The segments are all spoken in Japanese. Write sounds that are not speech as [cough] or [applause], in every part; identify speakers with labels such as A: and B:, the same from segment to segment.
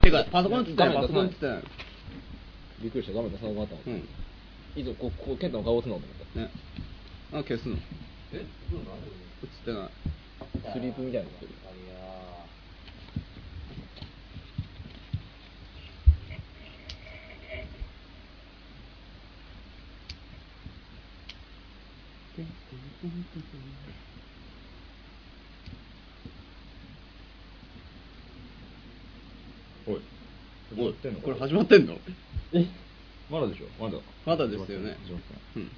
A: てか、パソコン映ってな
B: 画
A: い、パ
B: 面
A: ソコン映ってない。
B: びっくりした、画面出さなくなったの。
A: うん。
B: いつもこう、こう、ケンタの顔映すのと思
A: ね。あ、消すの。映ってない。
B: って。スリープみたいなのしてる。
C: おい。
A: おい
C: 始まってんの
A: これ始まってんの
B: え
C: まだでしょまだ。
A: まだですよね
C: 始まってない。
A: うん。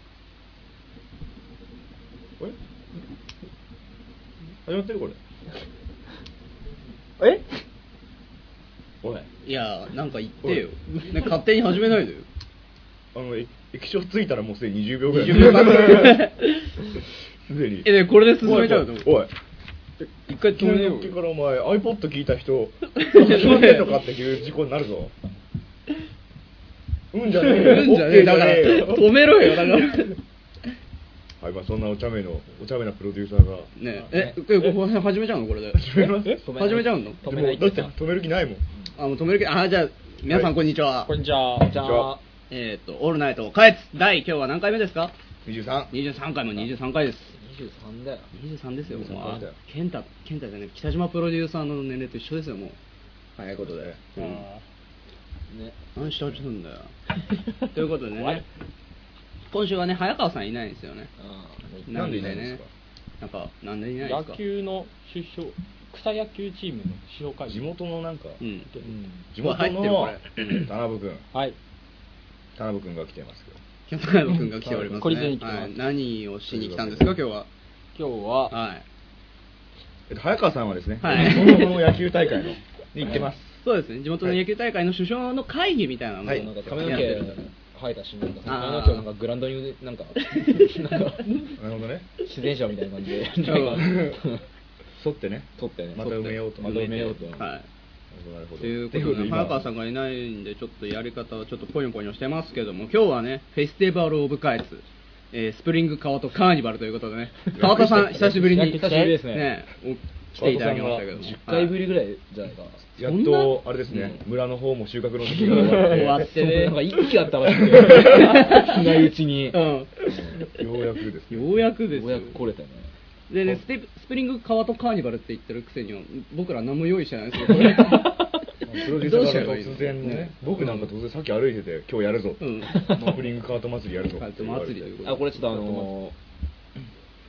C: え始まってるこれ。
B: え
C: おい。
A: いやー、なんか言ってよ。ね、勝手に始めないでよ。
C: あの、え液晶ついたらもうすでに20秒ぐらい。
A: 20秒間ぐらい
C: [laughs] すでに。
A: え、ね、これで進めちゃうの
C: おい。
A: 一回止めよう
C: 急
A: よ
C: にこっからお前 iPod 聞いた人始まってんのかっていう事故になるぞうんじゃねえよ
A: [laughs] うんじゃねえ
C: OK
A: だから止めろよだ
C: [laughs]
A: からね
C: はいまあそんなお茶目のお茶目なプロデューサーが
A: ええこれこれ始めちゃうのこれで
C: 始めます
A: 止め [laughs] ない始めちゃうの
D: 止めない
C: だって止める気ないもん
A: あもう止めるけどあじゃあ皆さ
C: は
A: ん
C: い
A: こんにちは、
D: こんにちは。
C: こんにちは
A: えーっと「オールナイトカエツ」第今日は何回目ですか
C: 23
A: 23回も23回です
D: 23だよ。
A: 23ですよもう
C: 23
A: あ
C: だよ
A: 健太健太じゃね北島プロデューサーの年齢と一緒ですよもう
C: 早いことで
A: うん
D: ね。
A: 何して落ちるんだよということでね今週はね早川さんいないんですよね
C: なんでいないんですか
A: なんかなんでいないんで
D: 野
A: すか
D: 球の首相、草野球チームの首相会議。
C: 地元のなんか
A: うん
D: うん
C: 地元
A: う
C: の
A: わ入って
C: 田辺君
D: はい。
C: 田辺君が来てますけど
A: 健太君が来ておりますね
D: 懲りずに来てます
A: はい、何をしに来たんですか今日は
D: 今日は、
A: はい
C: えっと早川さんはですね
A: はい
C: 地元の野球大会のに行ってます
A: そうですね地元の野球大会の首相の会議みたいなのを
C: はい
D: なんか
A: や
D: 髪の
A: っ
D: 毛
A: てるんだね
D: 生えたし、なんか
A: あー
D: 髪の毛をなんかグラウンドに
A: [laughs]
D: なんか、なんか
C: なるほどね
D: 自然者みたいな感じで、
A: うん
C: 剃ってね
D: 取ってね。
C: また埋めようと
D: また埋めようと。
A: はい
C: なるほど
A: ということで、早川さんがいないんで、ちょっとやり方はちょっとぽよぽよしてますけども、今日はね、フェスティバル・オブ・カエツ、えースプリング・カワとカーニバルということでね、川田さん、久しぶりに、
D: 久しぶりですね
A: お来ていただきましたけども、
D: 10回ぶり
A: ぐ
D: ぐらいじゃないか。
C: やっ
A: そん
C: と
A: な
C: あれですね、村の方も収穫の時期が終わって
A: 終わっ
D: そ
A: て
D: う
A: ね、
D: なんか一気あったらしく [laughs] て、ないうちに、よ
C: ようやくですね
A: うん、ようやくです
D: うや
A: よ
D: く来れたね。
A: でねステスプリング・カワとカーニバルって言ってるくせに、僕ら何も用意してないんですよ、これ。
C: プロデ
A: [laughs]
C: ュ
A: どう
C: ー
A: し
C: サ
A: た
C: ー
A: ら
C: が
A: いいの
C: 突然ね僕なんか突然さっき歩いてて今日やるぞ、
A: うん
C: オープニングカート祭りやるぞ
A: カート祭りという
D: あ、これちょっとあの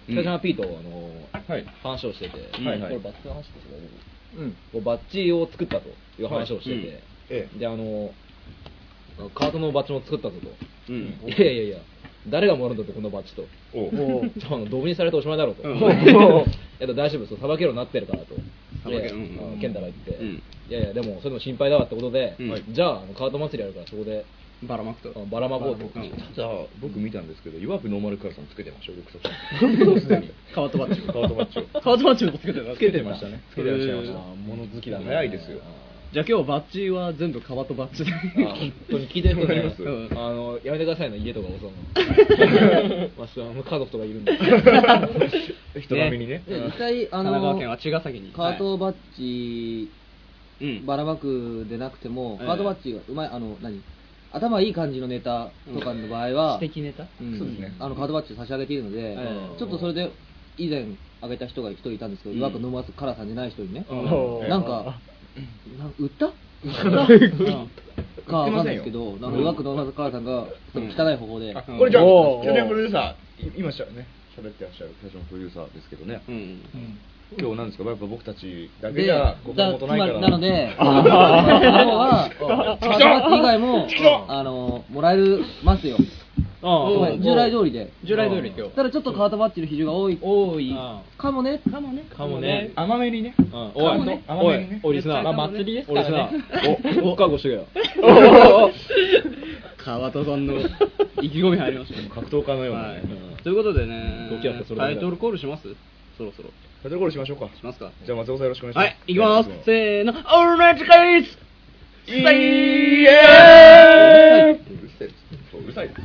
D: ー、北島ピーと、あのー、
C: はい
D: 話をしてて、
C: はいはい
D: これバッジの話ですけど、
C: うん
D: こうバッジを作ったという話をしてて、
A: はい
C: ええ
D: であのカートのバッジも作ったぞ
A: う
D: と、
A: ん
D: いやいやいや誰がもらうんだってこのバッジと
C: おう
D: ちょあのドブにされておしまいだろうと、
A: うん
D: いや大丈夫そうさばけるようになってるからと
A: 捌ける
D: で
A: うん
D: あの健太が言っ
A: う
D: て、
A: ん
D: いやいやでもそういうの心配だわってことで、
A: うん
D: じゃああのカート祭りあるからそこで
A: ばらまくと
D: あのばらまこうと、
A: うん
C: ただ僕見たんですけどいわくノーマルカーさんつけてました僕そこ
A: カワトバッチを
C: カワトバッチを
A: カワトバッチをつけてた
C: つけてましたねつけてらっしゃいまし
D: あ
C: た
D: ー物好きだね
C: 早いですよ
A: じゃあ今日バッジは全部カワトバッチで
D: あー本当に聞いてる人
C: わか
D: ね
C: ります
A: うん
D: あのやめてくださいの家とかおその
A: [laughs]
D: わしはあの家族とかいるんで
E: [laughs]
C: 人並みにね
E: いや一回あ
A: 神奈川
E: の
A: 県は茅ヶ崎に
E: カートバッジ
A: うん
E: ばらまくでなくても、
A: ええ
E: カートバッジがうまいあの何頭いい感じのネタとかの場合
D: [laughs]
E: は、
A: 私的ネタ
E: うん
C: そうですね
E: あのカートバッジを差し上げているので、
D: ええ
E: ちょっとそれで以前あげた人が一人いたんですけど、
A: うん
E: いわく飲まずカラさんじゃない人にね、
C: ん
E: なんかなん売った
A: うん
E: かわ
C: 売って
E: か
C: ま
E: んな
C: せんよ
E: いですけど、なんかいわく飲まずカラさんがその汚い方法で、
C: あ
A: うん
C: これじゃあ
D: おう
C: 去年プロデューサーい今しゃね喋ってらっしゃる最初のプロデューサーですけどね
A: うん
C: 今日なんですかやっぱ僕たちだけ
E: で
C: じゃ
E: だ
C: こ
E: つ
C: こは元ない
E: ま
C: から
E: りなので、あのは、カートバッジ以外も
C: チキショ、
E: あの、もらえるますよ。ごめん従来通りで。
A: 従来通り今日
E: ただちょっとカートバッジの比重が多い。
A: 多い
E: かもね。
A: かもね
D: かもね
C: 甘めにね
D: うんおい、
C: 甘
D: お
C: めに
D: い
C: ね、
D: おいリスナー、
A: まあ祭りですからね
D: おリスナー、お、お、覚悟してよ。
A: 川戸さんの意気込み入りましたね
C: 格闘家のような
A: はい
C: ね
D: うん
A: ということでね
D: 動きあったらそれだ
A: タ
D: け
A: イトルコールしますそろそろし
C: タイトルコールしましょうか
A: ますか
C: じゃあ松尾さんよろしくお願いします
A: はい行きますせーのオールナイトカイツ
C: い
A: え
C: うるせえそううるさいです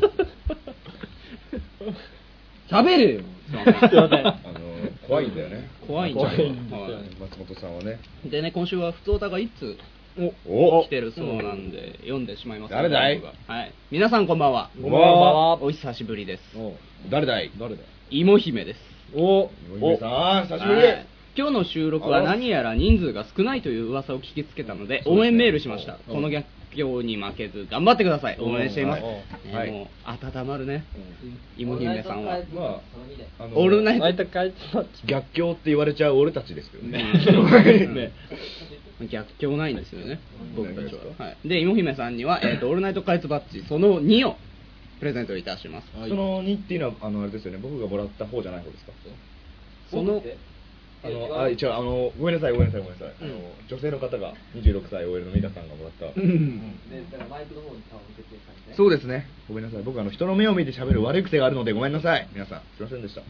E: 喋れよ。
C: あの怖いんだよね
A: 怖いんじゃん
D: 怖いんですよね
C: 松本さんはね
A: でね今週は普通歌が一通
C: お
A: 来てるそうなんで、読んでしまいます
C: 誰だい
A: 僕がはい皆さんこんばんは
C: こんばんは
A: お久しぶりです
D: おう
C: 誰だい
D: 誰だよ
A: 芋姫です
D: お
C: おさん久しぶり
A: はい今日の収録は何やら人数が少ないという噂を聞きつけたので応援メールしました、
D: うん
A: この逆境に負けず頑張ってください応援しています、
C: うん
A: ね
C: はい
A: もう温まるね芋
F: 芋姫
A: 姫
F: さ
A: さ
F: ん
A: ん
F: は
A: は
C: まああの
A: オールナイト
D: 大体帰ってたっち
C: 逆境って言われちゃう俺たちです
A: [laughs]
C: けど [laughs] ね
A: ね逆境ないんですよね、僕たち
C: ないです
A: は。はい、で、芋姫さんには、えー
C: [coughs]
A: と、オールナイトカイツバッジ、その2をプレゼントいたします。
C: その2っていうのはあのあれですよね僕がもらった方じゃない方ですか
A: その、
C: あのあ違うあのごめんなさいごめんなさいごめんなさい、あの女性の方が26歳 OL のミナさんがもらった、そうですねごめんなさい僕あの人の目を見て喋る悪い癖があるのでごめんなさい皆さんすいませんでした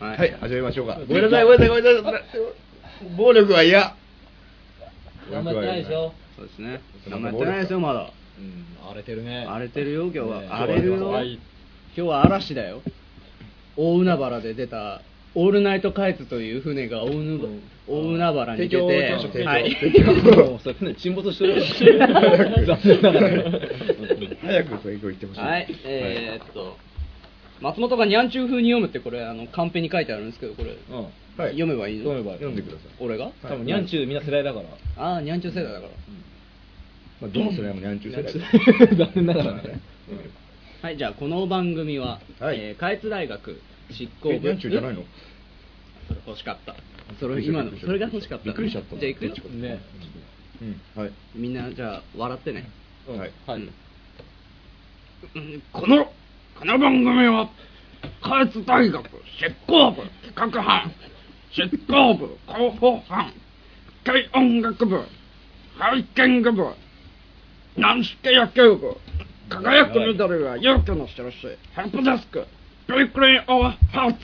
C: はい、始めましょうかごめんなさいごめんなさいごめんなさい [laughs] 暴力は嫌
F: 頑張ってないでしょ
A: そうですね。頑張ってないですよ、まだ。
D: うん荒れてるね
A: 荒れてるよ、今日は
D: ね。
A: 荒れるよ。
D: は
A: 今
D: い
A: 日は嵐だよ。大海原で出た、オールナイトカイツという船が大海ば大海原に出
C: 提供
A: て、はい。
D: もうそれ船沈没してる
C: [laughs]
D: よ [laughs] 残念ながら
C: 早くそういう行ってほしい
A: はい、えーっと、松本がにゃんちゅう風に読むって、これ、あのカンペに書いてあるんですけど、これ、
D: うん
C: はい
A: 読めばいいの
D: 読めばいい
C: 読んでください
A: 俺が
D: 多分ニャンチューみんな世代だから
A: ああ、にゃんちゅう世代だから。
C: まあ、どの世代もニャンチュー世代
D: 残念ながらね
A: はい、じゃあ、この番組は、
C: はい
A: えー下越大学執行
C: え
A: 部。
C: ニャンチューじゃない
A: え
C: の
A: それ欲しかった。それ、今の、それが欲しかった。
C: びっくりしちゃった
A: じゃあ、行くよ。
D: ね
C: うんはい
A: みんな、じゃあ、笑ってね。
D: うん
C: はい
D: はい
A: うんうんこの、この番組は、下越大学執行部企画班、執行部広報班、軽音楽部、ハイキング部、軟式野球部、輝く緑は勇気の印、ヘルプデスク、ビクリーオーハーツ、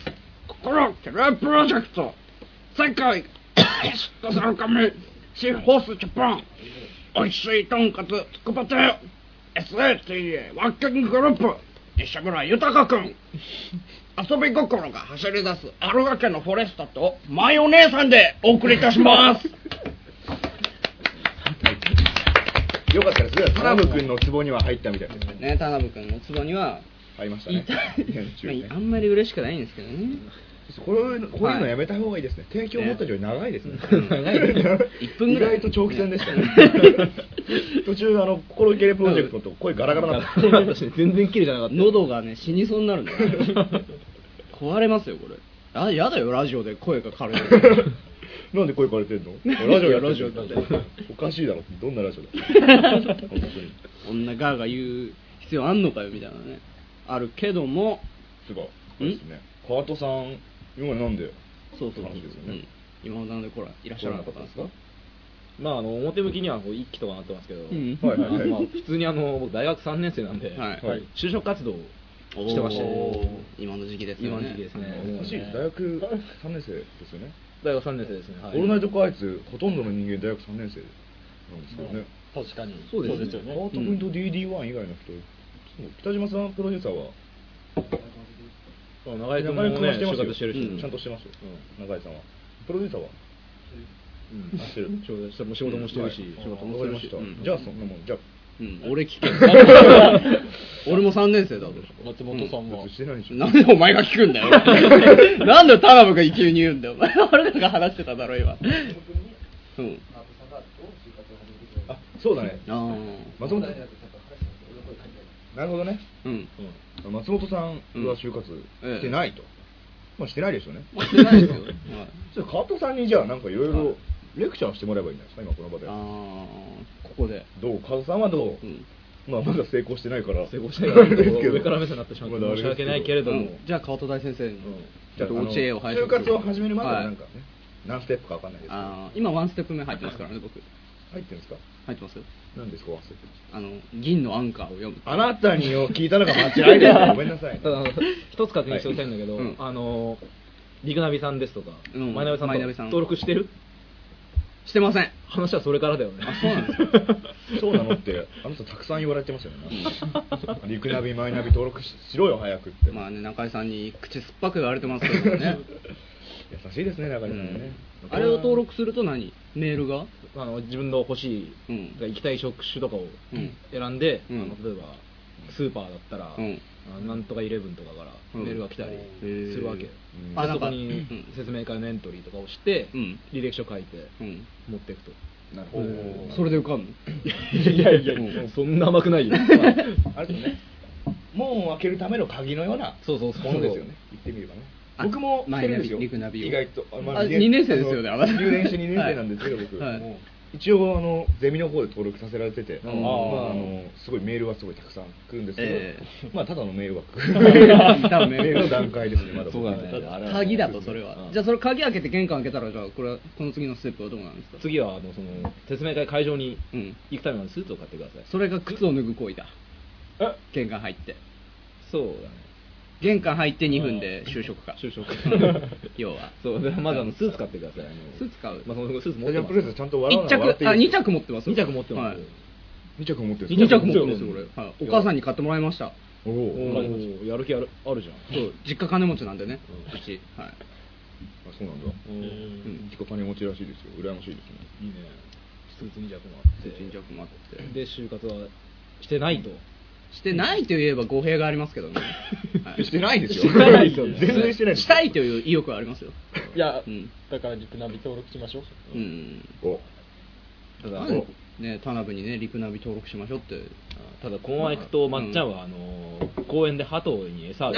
A: 心をキレイプロジェクト、世界、嫉妬する神、シーホースジャパン、美味しいとんかつ、つくば亭、SATA ワーキンググループ、西村豊君、遊び心が走り出すアルガ家のフォレスタと、マヨネーさんでお送りいたします。
C: よかったです。田辺君の壺には入ったみたいですね。
A: ね、田辺君の壺には、
C: 入りました
A: い
C: ね
A: たまああ
C: ね。
A: んまり嬉しくないんですけどね。
C: こういうのこういうのやめた方がいいですね。提供持った以上長いですね。
A: 1分ぐらい
C: 意外と長期戦でしたね。途中あの心いけるプロジェクトと声ガラガラだった。
D: 全然綺麗じゃなかった
A: 喉がね、死にそうになるんだよ
C: [laughs]
A: ね壊れますよ、これ。あ、やだよ、ラジオで声が軽いの。
C: [laughs] なんで声枯れてんの？
A: ラジオや
C: ラジオ
A: ラジオ
C: だ
A: やって。
C: おかしいだろ。どんなラジオだ。本当に
A: こんなガーガー言う必要あんのかよみたいなねあるけども
C: そうかあれですね。川戸さん今なんで？
A: そうそうそう、
C: 話ですよ
A: う
C: ね
A: ん、今までなんでこらいらっしゃらなかったんですか
D: [laughs] まああの表向きにはこう一期とかなってますけど、
A: うん
C: はいはい
D: まあ
C: はい
D: まあ普通にあの僕大学3年生なんで、
A: はい
C: はい
D: 就職活動をしてました
A: おー
D: ね
A: 今の時期ですよね
D: 今の時期ですね
C: おかしい。大学三年生ですよね。
D: 大学3年生ですね、
C: オ
D: はい
C: ールナイトカイツほとんどの人間大学3年生なんですけどね、
G: 確かに
D: そうですね
C: アート君と DD1 以外の人、そう北島さんプロデューサーは
D: そう長井君もね
C: 長井君は
D: 就活してるし、
A: う
C: ちゃんとしてますよ、長井さんはプロデューサーは
D: うん
C: してる
D: ちょうどもう仕事もしてるし、
C: はい
D: 仕事も
C: わかりました、
A: うん
C: じゃあそんなもんじゃあ
A: うん、 [laughs] 俺聞け俺も3年生だぞ
G: 松本さんは
C: 別にしてないでしょ
A: なんでお前が聞くんだよ [laughs] なんで田辺が急に言うんだよお前俺らが話してただろ今うん
C: あそうだね
A: ああ
C: 松本なるほどね
A: うん
C: 松本さんは就活してないと、まあしてないでしょうね
A: してないですよ、はい、
C: [laughs] ちょっと川戸さんにじゃあなんかいろいろレクチャーしてもらえばいいんじゃないですか今この場で
A: ああここで
C: どう川戸さんはどう、
A: うん
C: まあまだ成功してないから
D: 成功してないから
C: あれですけど
D: 上から目線になってしまって
C: だあれ
D: 申し
C: です
D: 訳
C: ど
D: ないけれども、
A: うんじゃあ川戸大先生にち
C: じ
A: ょっ
C: ゃあ
A: とお知恵を拝
C: 就
A: 借
C: 活を始めるまでは
A: はい
C: なんかね、何ステップかわかんないですけど
A: あー今ワンステップ目入ってますからね僕
C: 入ってるんですか
A: 入ってますよ
C: 何ですか忘れてる
A: あの銀のアンカーを読む
C: あなたにを聞いたのが間違
D: [laughs]
C: いですよごめんなさい
D: ただあの一つ確認しておきたいんだけど、
A: はいうん
D: あのビグナビさんですとか、
A: うん
D: マイナビさん
A: マイ
D: と
A: ナ
D: か
A: ビさん
D: 登録してる
A: してません
D: 話はそれからだよね
A: あそうなんです
D: [laughs]
C: そうなのってあなたたくさん言われてますよねリクナビマイナビ登録ししろよ早くって、
A: まあね中井さんに口酸っぱく言われてますけどね
C: 優しいですね中井さんね、
A: うあれを登録すると何メールが
D: あの自分の欲しい、
A: うん
D: 行きたい職種とかを
A: うん
D: 選んで、
A: うん
D: あの例えばスーパーだったら、
A: うん
D: あのなんとかイレブンとかから
A: うん
D: メールが来たりす
A: ー
D: るわけ、
C: うん
D: あ
A: あなん
D: そ
A: か
D: こに
A: うん
D: 説明会のエントリーとかをして、
A: うん
D: 履歴書書いて
A: うん
D: 持っていくと、
C: なるほ
A: お
C: ど
A: ーそれで受かんの
D: いやいやいや、そんな甘くないよ
C: あれですね門を開けるための鍵のような
D: そうそうそう
C: ものですよね言ってみればね
A: あ
C: 僕もしてるんですよ
A: マイナビ陸ナビを
C: 意外と
A: あ二年生ですよね
C: あ
A: あ
C: の
A: なた
C: 留年して2年生なんですけど、
A: はい
C: 僕、
A: はい
C: もう一応あのゼミの方で登録させられてて、
A: うん
C: まあ、あのすごいメールはすごいたくさん来るんですけど、
A: え
C: まあただの迷惑
A: [laughs] ただの迷惑
C: メールの段階ですねまだ僕
D: そうだね
C: あれは
A: 鍵だとそれは
D: うん
A: じゃあそれ鍵開けて玄関開けたらじゃあこれはこの次のステップはどうなんですか
D: 次はあのその説明会会場に
A: うん
D: 行くためのスーツを買ってください、
A: それが靴を脱ぐ行為だ
D: え
A: 玄関入って
D: そうだね
A: 玄関入って2分で就職か
D: [laughs] 就職
A: [laughs] 要は
D: そうだからまずあのスーツ買ってくださいあの
A: スーツ買う
D: まあ、そのスーツ持っ
C: じ
D: て
C: ゃあ
D: ま
C: プ
D: す
C: レゼントちゃんと笑う
A: 1
C: なら笑って
A: 着
C: いい
A: あ2着持ってます
D: 2着持ってます、
A: はい
C: 2着持ってるん
A: 二
C: ですか
A: 着持ってますよ、俺、はい、お母さんに買ってもらいました、
C: お
D: お
C: お
D: ーやる気あるあるじゃん
A: そう実家金持ちなんでね、うち、はい、
C: あそうなんだ
D: う
A: う
D: ん
A: ん
C: 自己金持ちらしいですよ羨ましいですね
D: いいねスーツ2着もあって
A: 人着もあって、
D: で就活はしてないと
A: してないといえば語弊がありますけどね、はい
C: してないです
D: し
C: よ
D: てないですよね
C: 全然してないです
A: したいという意欲はありますよ、
H: いや、
A: うん
H: だからリプナビ登録しましょう。
A: うん、
C: お
D: ただ
A: なんでね、田辺にね、陸ナビ登録しましょうって、
D: ただこのまま行くとまっちゃんはあのー公園で鳩に餌を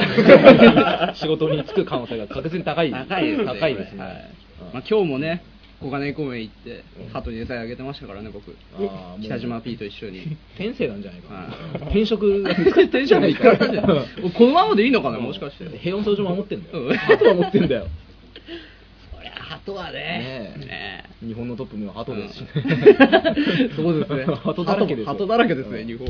A: [laughs]
D: 仕事に就く可能性が確実に高い
A: 高いですね、
D: 高いですね、
A: これはい
D: うん
A: まあ今日もね、小金井公園行って、鳩に餌あげてましたからね、僕
D: あーも、う
A: 北島 P と一緒に。
D: 転生なんじゃないか
A: はい
D: な転職が
A: 転職でいいかこのままでいいのかな、もしかして。
D: 平穏相乗守ってんだ
A: うん
D: よ鳩は守ってんだよ
A: そりゃ、鳩は
D: ねえ
A: ね
D: 日本のトップには鳩ですしね、
A: えそうですね。
D: 鳩だらけですよ
A: 鳩だらけですね、
D: うん
A: 日本。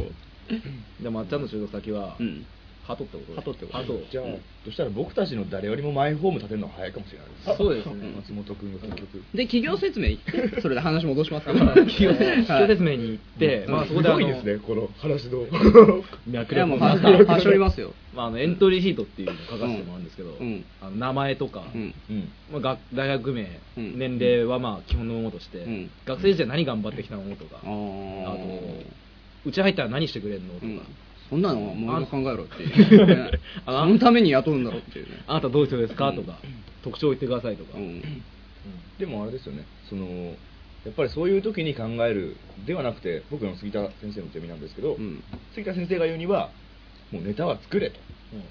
D: でまっちゃんの就職先は、
A: うん
D: 鳩ってこと
A: 鳩ってこと
D: 鳩
C: じゃあ、そしたら僕たちの誰よりもマイホーム建てるのは早いかもしれないです
D: そうですね
C: 松本君が結局
A: で、企業説明行って、それで話戻します [laughs] から。
D: 企業説企業説
A: は
D: 明に行って、まあ、そこですあ
C: ごい
D: の
C: ですねこの話の
D: 脈
A: い。いや、もう、
D: 力
A: は
D: が
A: ははしょりますよ。
D: まあ、あのエントリーシートっていうのを書かせてもらうんですけど、
A: うんうん
D: あの名前とか、
A: うん。
C: うん
D: まあ、学大学名、
A: うん
D: 年齢はまあ基本のものとして、
A: うん
D: 学生時代何頑張ってきたのとか、
A: あー
D: あとうち入ったら何してくれるのと
A: う
D: か、
A: んそんなのはもう今考えろって [laughs] いうね。そ
D: あ
A: のために雇うんだろうっていうね。
D: あなたどういう人ですかとか、特徴を言ってくださいとか、
A: うん
C: でもあれですよねそのやっぱりそういう時に考えるではなくて僕の杉田先生のゼミなんですけど、
A: うん
C: 杉田先生が言うにはもうネタは作れと、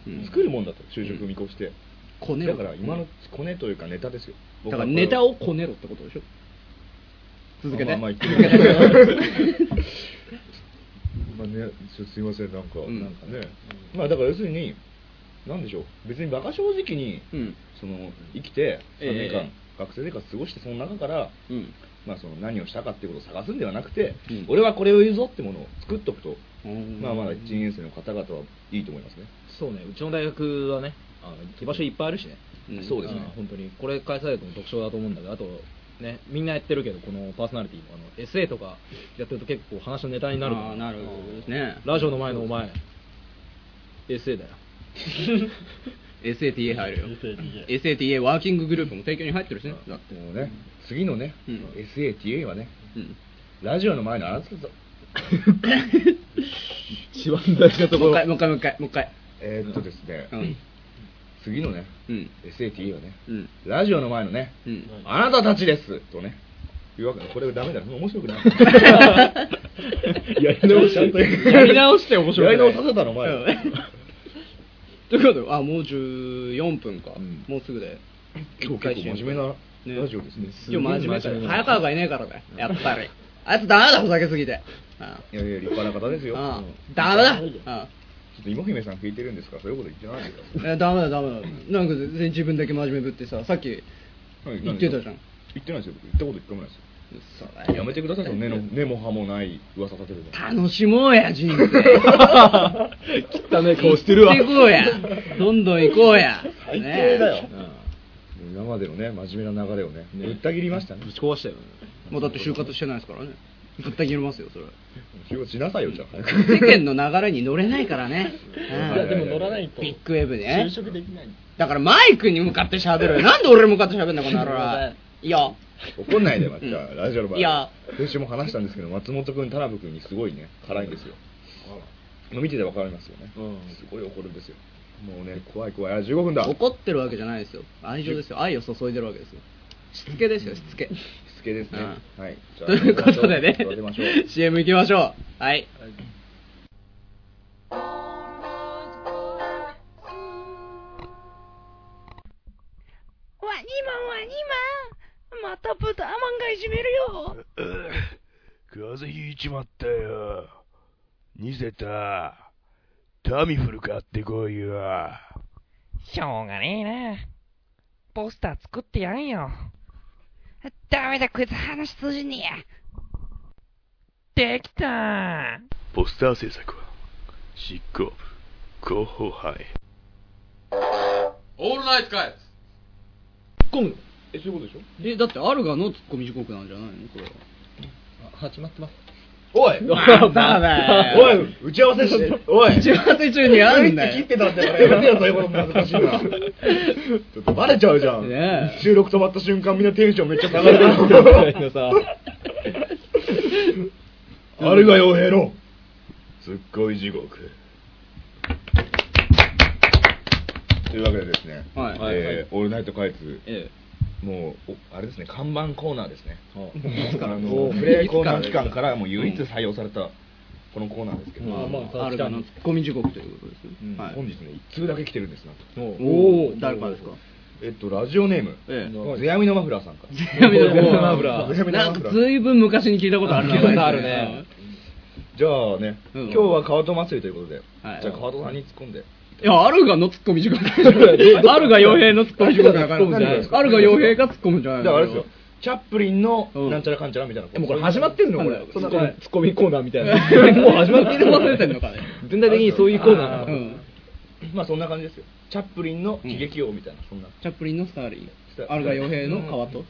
A: うん
C: 作るもんだと就職見越して、
A: こね
C: だ
A: ろ
C: から今のコネというかネタですよ
A: だか
C: 僕は
A: ら
C: これ
A: ネタをこねろってことでしょ続けて
C: まあまあ、
A: 続けて
C: まあね、ちょすいませんなんか、
A: うん
C: なんかね、まあだから要するになんでしょう別に馬鹿正直に、
A: うん
C: その生きて3年間、
A: え
C: 学生生活過ごしてその中から、
A: うん
C: まあ、その何をしたかっていうことを探すんではなくて、
A: うん
C: 俺はこれを言うぞってものを作っとくと、
A: うん
C: まあまだ1年生の方々はいいと思いますね、
D: そうねうちの大学はねあの居場所いっぱいあるしね、
A: うん
C: そうですね
D: あ本当にこれ返されても特徴だと思うんだけどあとねみんなやってるけどこのパーソナリティもあのエッセイとかやってると結構話のネタになるから
A: あーなるほどですね
D: ラジオの前のお前エッセ
A: [laughs]
D: イだよ
A: SATA 入るよ
H: SATA
A: SATA ワーキンググループも提供に入ってるしねだって
C: もうね次のね、
A: うん
C: SATA はね
A: うん
C: ラジオの前のあなたと
D: 一番大事なとこ
A: もう一回もう
D: ろ
A: 一回もう一回もう一回
C: えーっとですね、
A: うん
C: 次のね、
A: うん
C: SATA はね、
A: うん
C: ラジオの前のね、
A: うん
C: あなたたちですとね、いうわけで、これダメだ、面白
A: [laughs]
C: くない。やり直しちゃんと
D: やり直して面白くない
C: やり直させたの、お前。
A: ということであもう14分か
C: うん
A: もうすぐで
C: 今日結構真面目なラジオですね。
A: 今日真面目だ
D: すごい真面目
A: よ
D: な
A: 早川がいねえからだよやっぱりあいつダメだふざけすぎてあ
C: いやいや、立派な方ですよ。
A: あ
C: うん
A: ダメだあ
C: ちょっと芋姫さん聞いてるんですかそういうこと言ってないでくだ
A: えダメだダメだなんか全然自分だけ真面目ぶってささっき
C: さい
A: 言ってたじゃんう
C: 言ってないですよ、僕言ったこと一回もないです
A: っそだよ
C: よ。やめてくださいよ、根の根も葉もない噂立てるの。
A: 楽しもうや人生
D: 汚ね顔してるわ
A: 行ってこうやどんどん行こうや
C: 最低だよ
A: ね
C: もう今までのね、真面目な流れをね、ぶった切りましたね
D: ぶ。ち壊したよね
A: えもうだって就活してないですからねぶった切りますよそれ
C: 仕事しなさいよ、じゃあ。
A: 世間の流れに乗れないからね、
H: い
A: うん
H: や、でも乗らないと。
A: ビッグウェブね
H: 就職できない。
A: だからマイクに向かって喋るよなんで俺に向かって喋んだこの野郎いや、
C: 怒んないで、まっちゃん、ラジオの場合。
A: いや
C: 先週も話したんですけど、松本君、田辺君にすごいね、辛いんですよ。見ててわかりますよね。すごい怒るんですよ。もうね、怖い怖い。あ、15分だ。
A: 怒ってるわけじゃないですよ。愛情ですよ。愛を注いでるわけですよ。しつけですよ、しつけ。
C: しつけですね。
A: うん
C: はい。じゃあ
A: という [laughs] ことでね
C: 座りましょう。、
A: CM 行きましょう。はい。
I: ワニマンワニマンまた豚マンがいじめるよ
J: [laughs] 風邪ひいちまったよ。ニセタ、タミフル買ってこいよ。
K: しょうがねえな。ポスター作ってやんよ。ダメだ、こいつ話通じねえや。できた
J: ポスター制作は、執行部、広報杯。
L: オールナイトかい
D: 込む
C: え、そういうことでしょ
A: え、だって、アルガのツッコミ時刻なんじゃないの [laughs] これは。
D: 始まってます
C: おい
A: あバーバ [laughs] ー
C: おい打ち合わせして、おい
A: 打ち合わせ中にあんだよ
C: 切ってたんだから、やめてよ、そういうことも恥ずかしいな。ちょっとバレちゃうじゃん。
A: ねえ
C: 収録止まった瞬間、みんなテンションめっちゃ下がるな。あれがよ、ヘロ。すっごい地獄。というわけでですね、
A: はい
C: えーオールナイト開通、
D: え
C: もうおあれですね看板コーナーですね
D: は
C: あのプレイコーナー期間からもう唯一採用されたこのコーナーですけど、
D: まあまあ
A: アルガのツッコミ時刻ということですね。
D: うん
A: はい
C: 本日ね1通だけ来てるんですな
D: えもう
A: おお誰からですか
C: えっとラジオネーム、
A: え
C: ゼヤミのマフラーさんから
A: えやめとこう
D: ごめんなブラ
A: なんかずいぶん昔 [laughs] に聞いたことあるな
D: 聞いたことあるね
C: じゃあね、
A: うん
C: 今日は川戸祭りということで、
A: はい
C: じゃあ川戸さんに突っ込んで
A: いやアルガのツッコミ [laughs] 時刻アルガ傭兵のツッコミ時刻だから
C: 何がですか
A: アルガ傭兵がツッコむんじゃな
C: だ
A: い
C: から
A: の
C: あれですよチャップリンの
A: うん
C: なんちゃらかんちゃらみたいな、
D: もうこれ始まってん
A: [laughs]
D: のこ
A: な
D: れ
A: んだ
D: ツ
A: よ
D: ッコミツッコミコーナーみたい
A: [laughs]
D: な
A: もう始まってる忘れてんのかね
D: 全体的にそういうコーナー
A: う
D: なの
A: ん
C: まあそんな感じですよチャップリンの喜劇王みたいな、そんな
A: チャップリンのスターリーアルガ傭兵の川と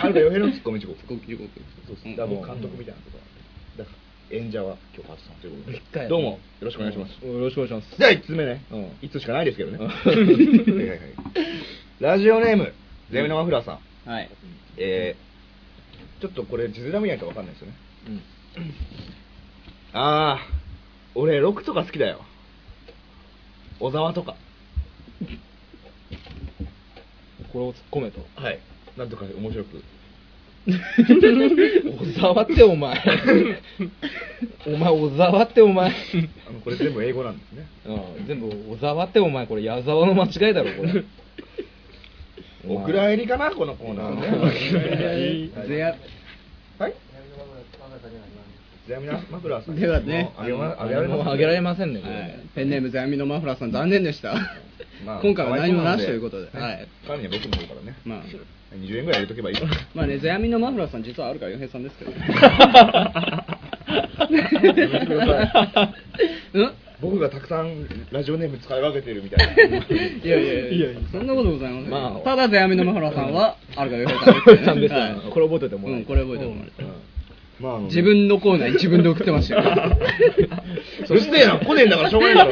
C: あるがよへのツッコミ地獄
A: ツッコミ時刻
C: そうです
A: うん
C: だからもう監督みたいなことなんでだから演者は今日川戸さんということで
D: 回やね
C: どうもよろしくお願いします、
D: よろしくお願いします
C: じゃあ1つ目ね、
D: う
C: 一1つしかないですけどね [laughs] はいはいはいラジオネームゼミのマフラーさん、
A: はい
C: えー、ちょっとこれ字面見ないとわかんないですよね、ああ俺ロックとか好きだよ小沢とか
D: これを突っ込めと
C: はいなんとか面白く
L: 小沢ってお前お前小沢ってお
A: [laughs]
L: 前
C: あのこれ全部英語なんですね
L: うん全部小沢ってお前これ矢沢の間違いだろこれ
C: お蔵入りかなこのコーナーね
A: ゼア
C: はいゼアミナマフラーさん
A: ではね
C: もうあげまあげられ
L: もう
C: ま
L: あ
C: す
L: げられませんねこれ
A: はい
L: ね、
A: ペンネームゼアミのマフラーさん残念でした、
C: まあ
A: 今回は何もなしということで、はい
C: 管理は僕の方からね、
A: まあ、
C: 20円ぐらい入れとけばいいから
A: まあねゼアミのマフラーさん実はあるから洋平さんですけどねうん
C: 僕がたくさんラジオネーム使い分けてるみたいな
A: [laughs] いやいやいやそんなことございません、
D: まあ
A: ただゼアミのマフラーさんはあるから洋平さんです,、
D: さんですこれ覚えておいても
A: う
D: らえる
A: ん、これ覚えてもらえる
C: まああの
A: 自分のコーナーに自分で送ってましたよ
C: [laughs] うるせえな来ねえんだからしょうがねえ
A: [laughs]
C: だ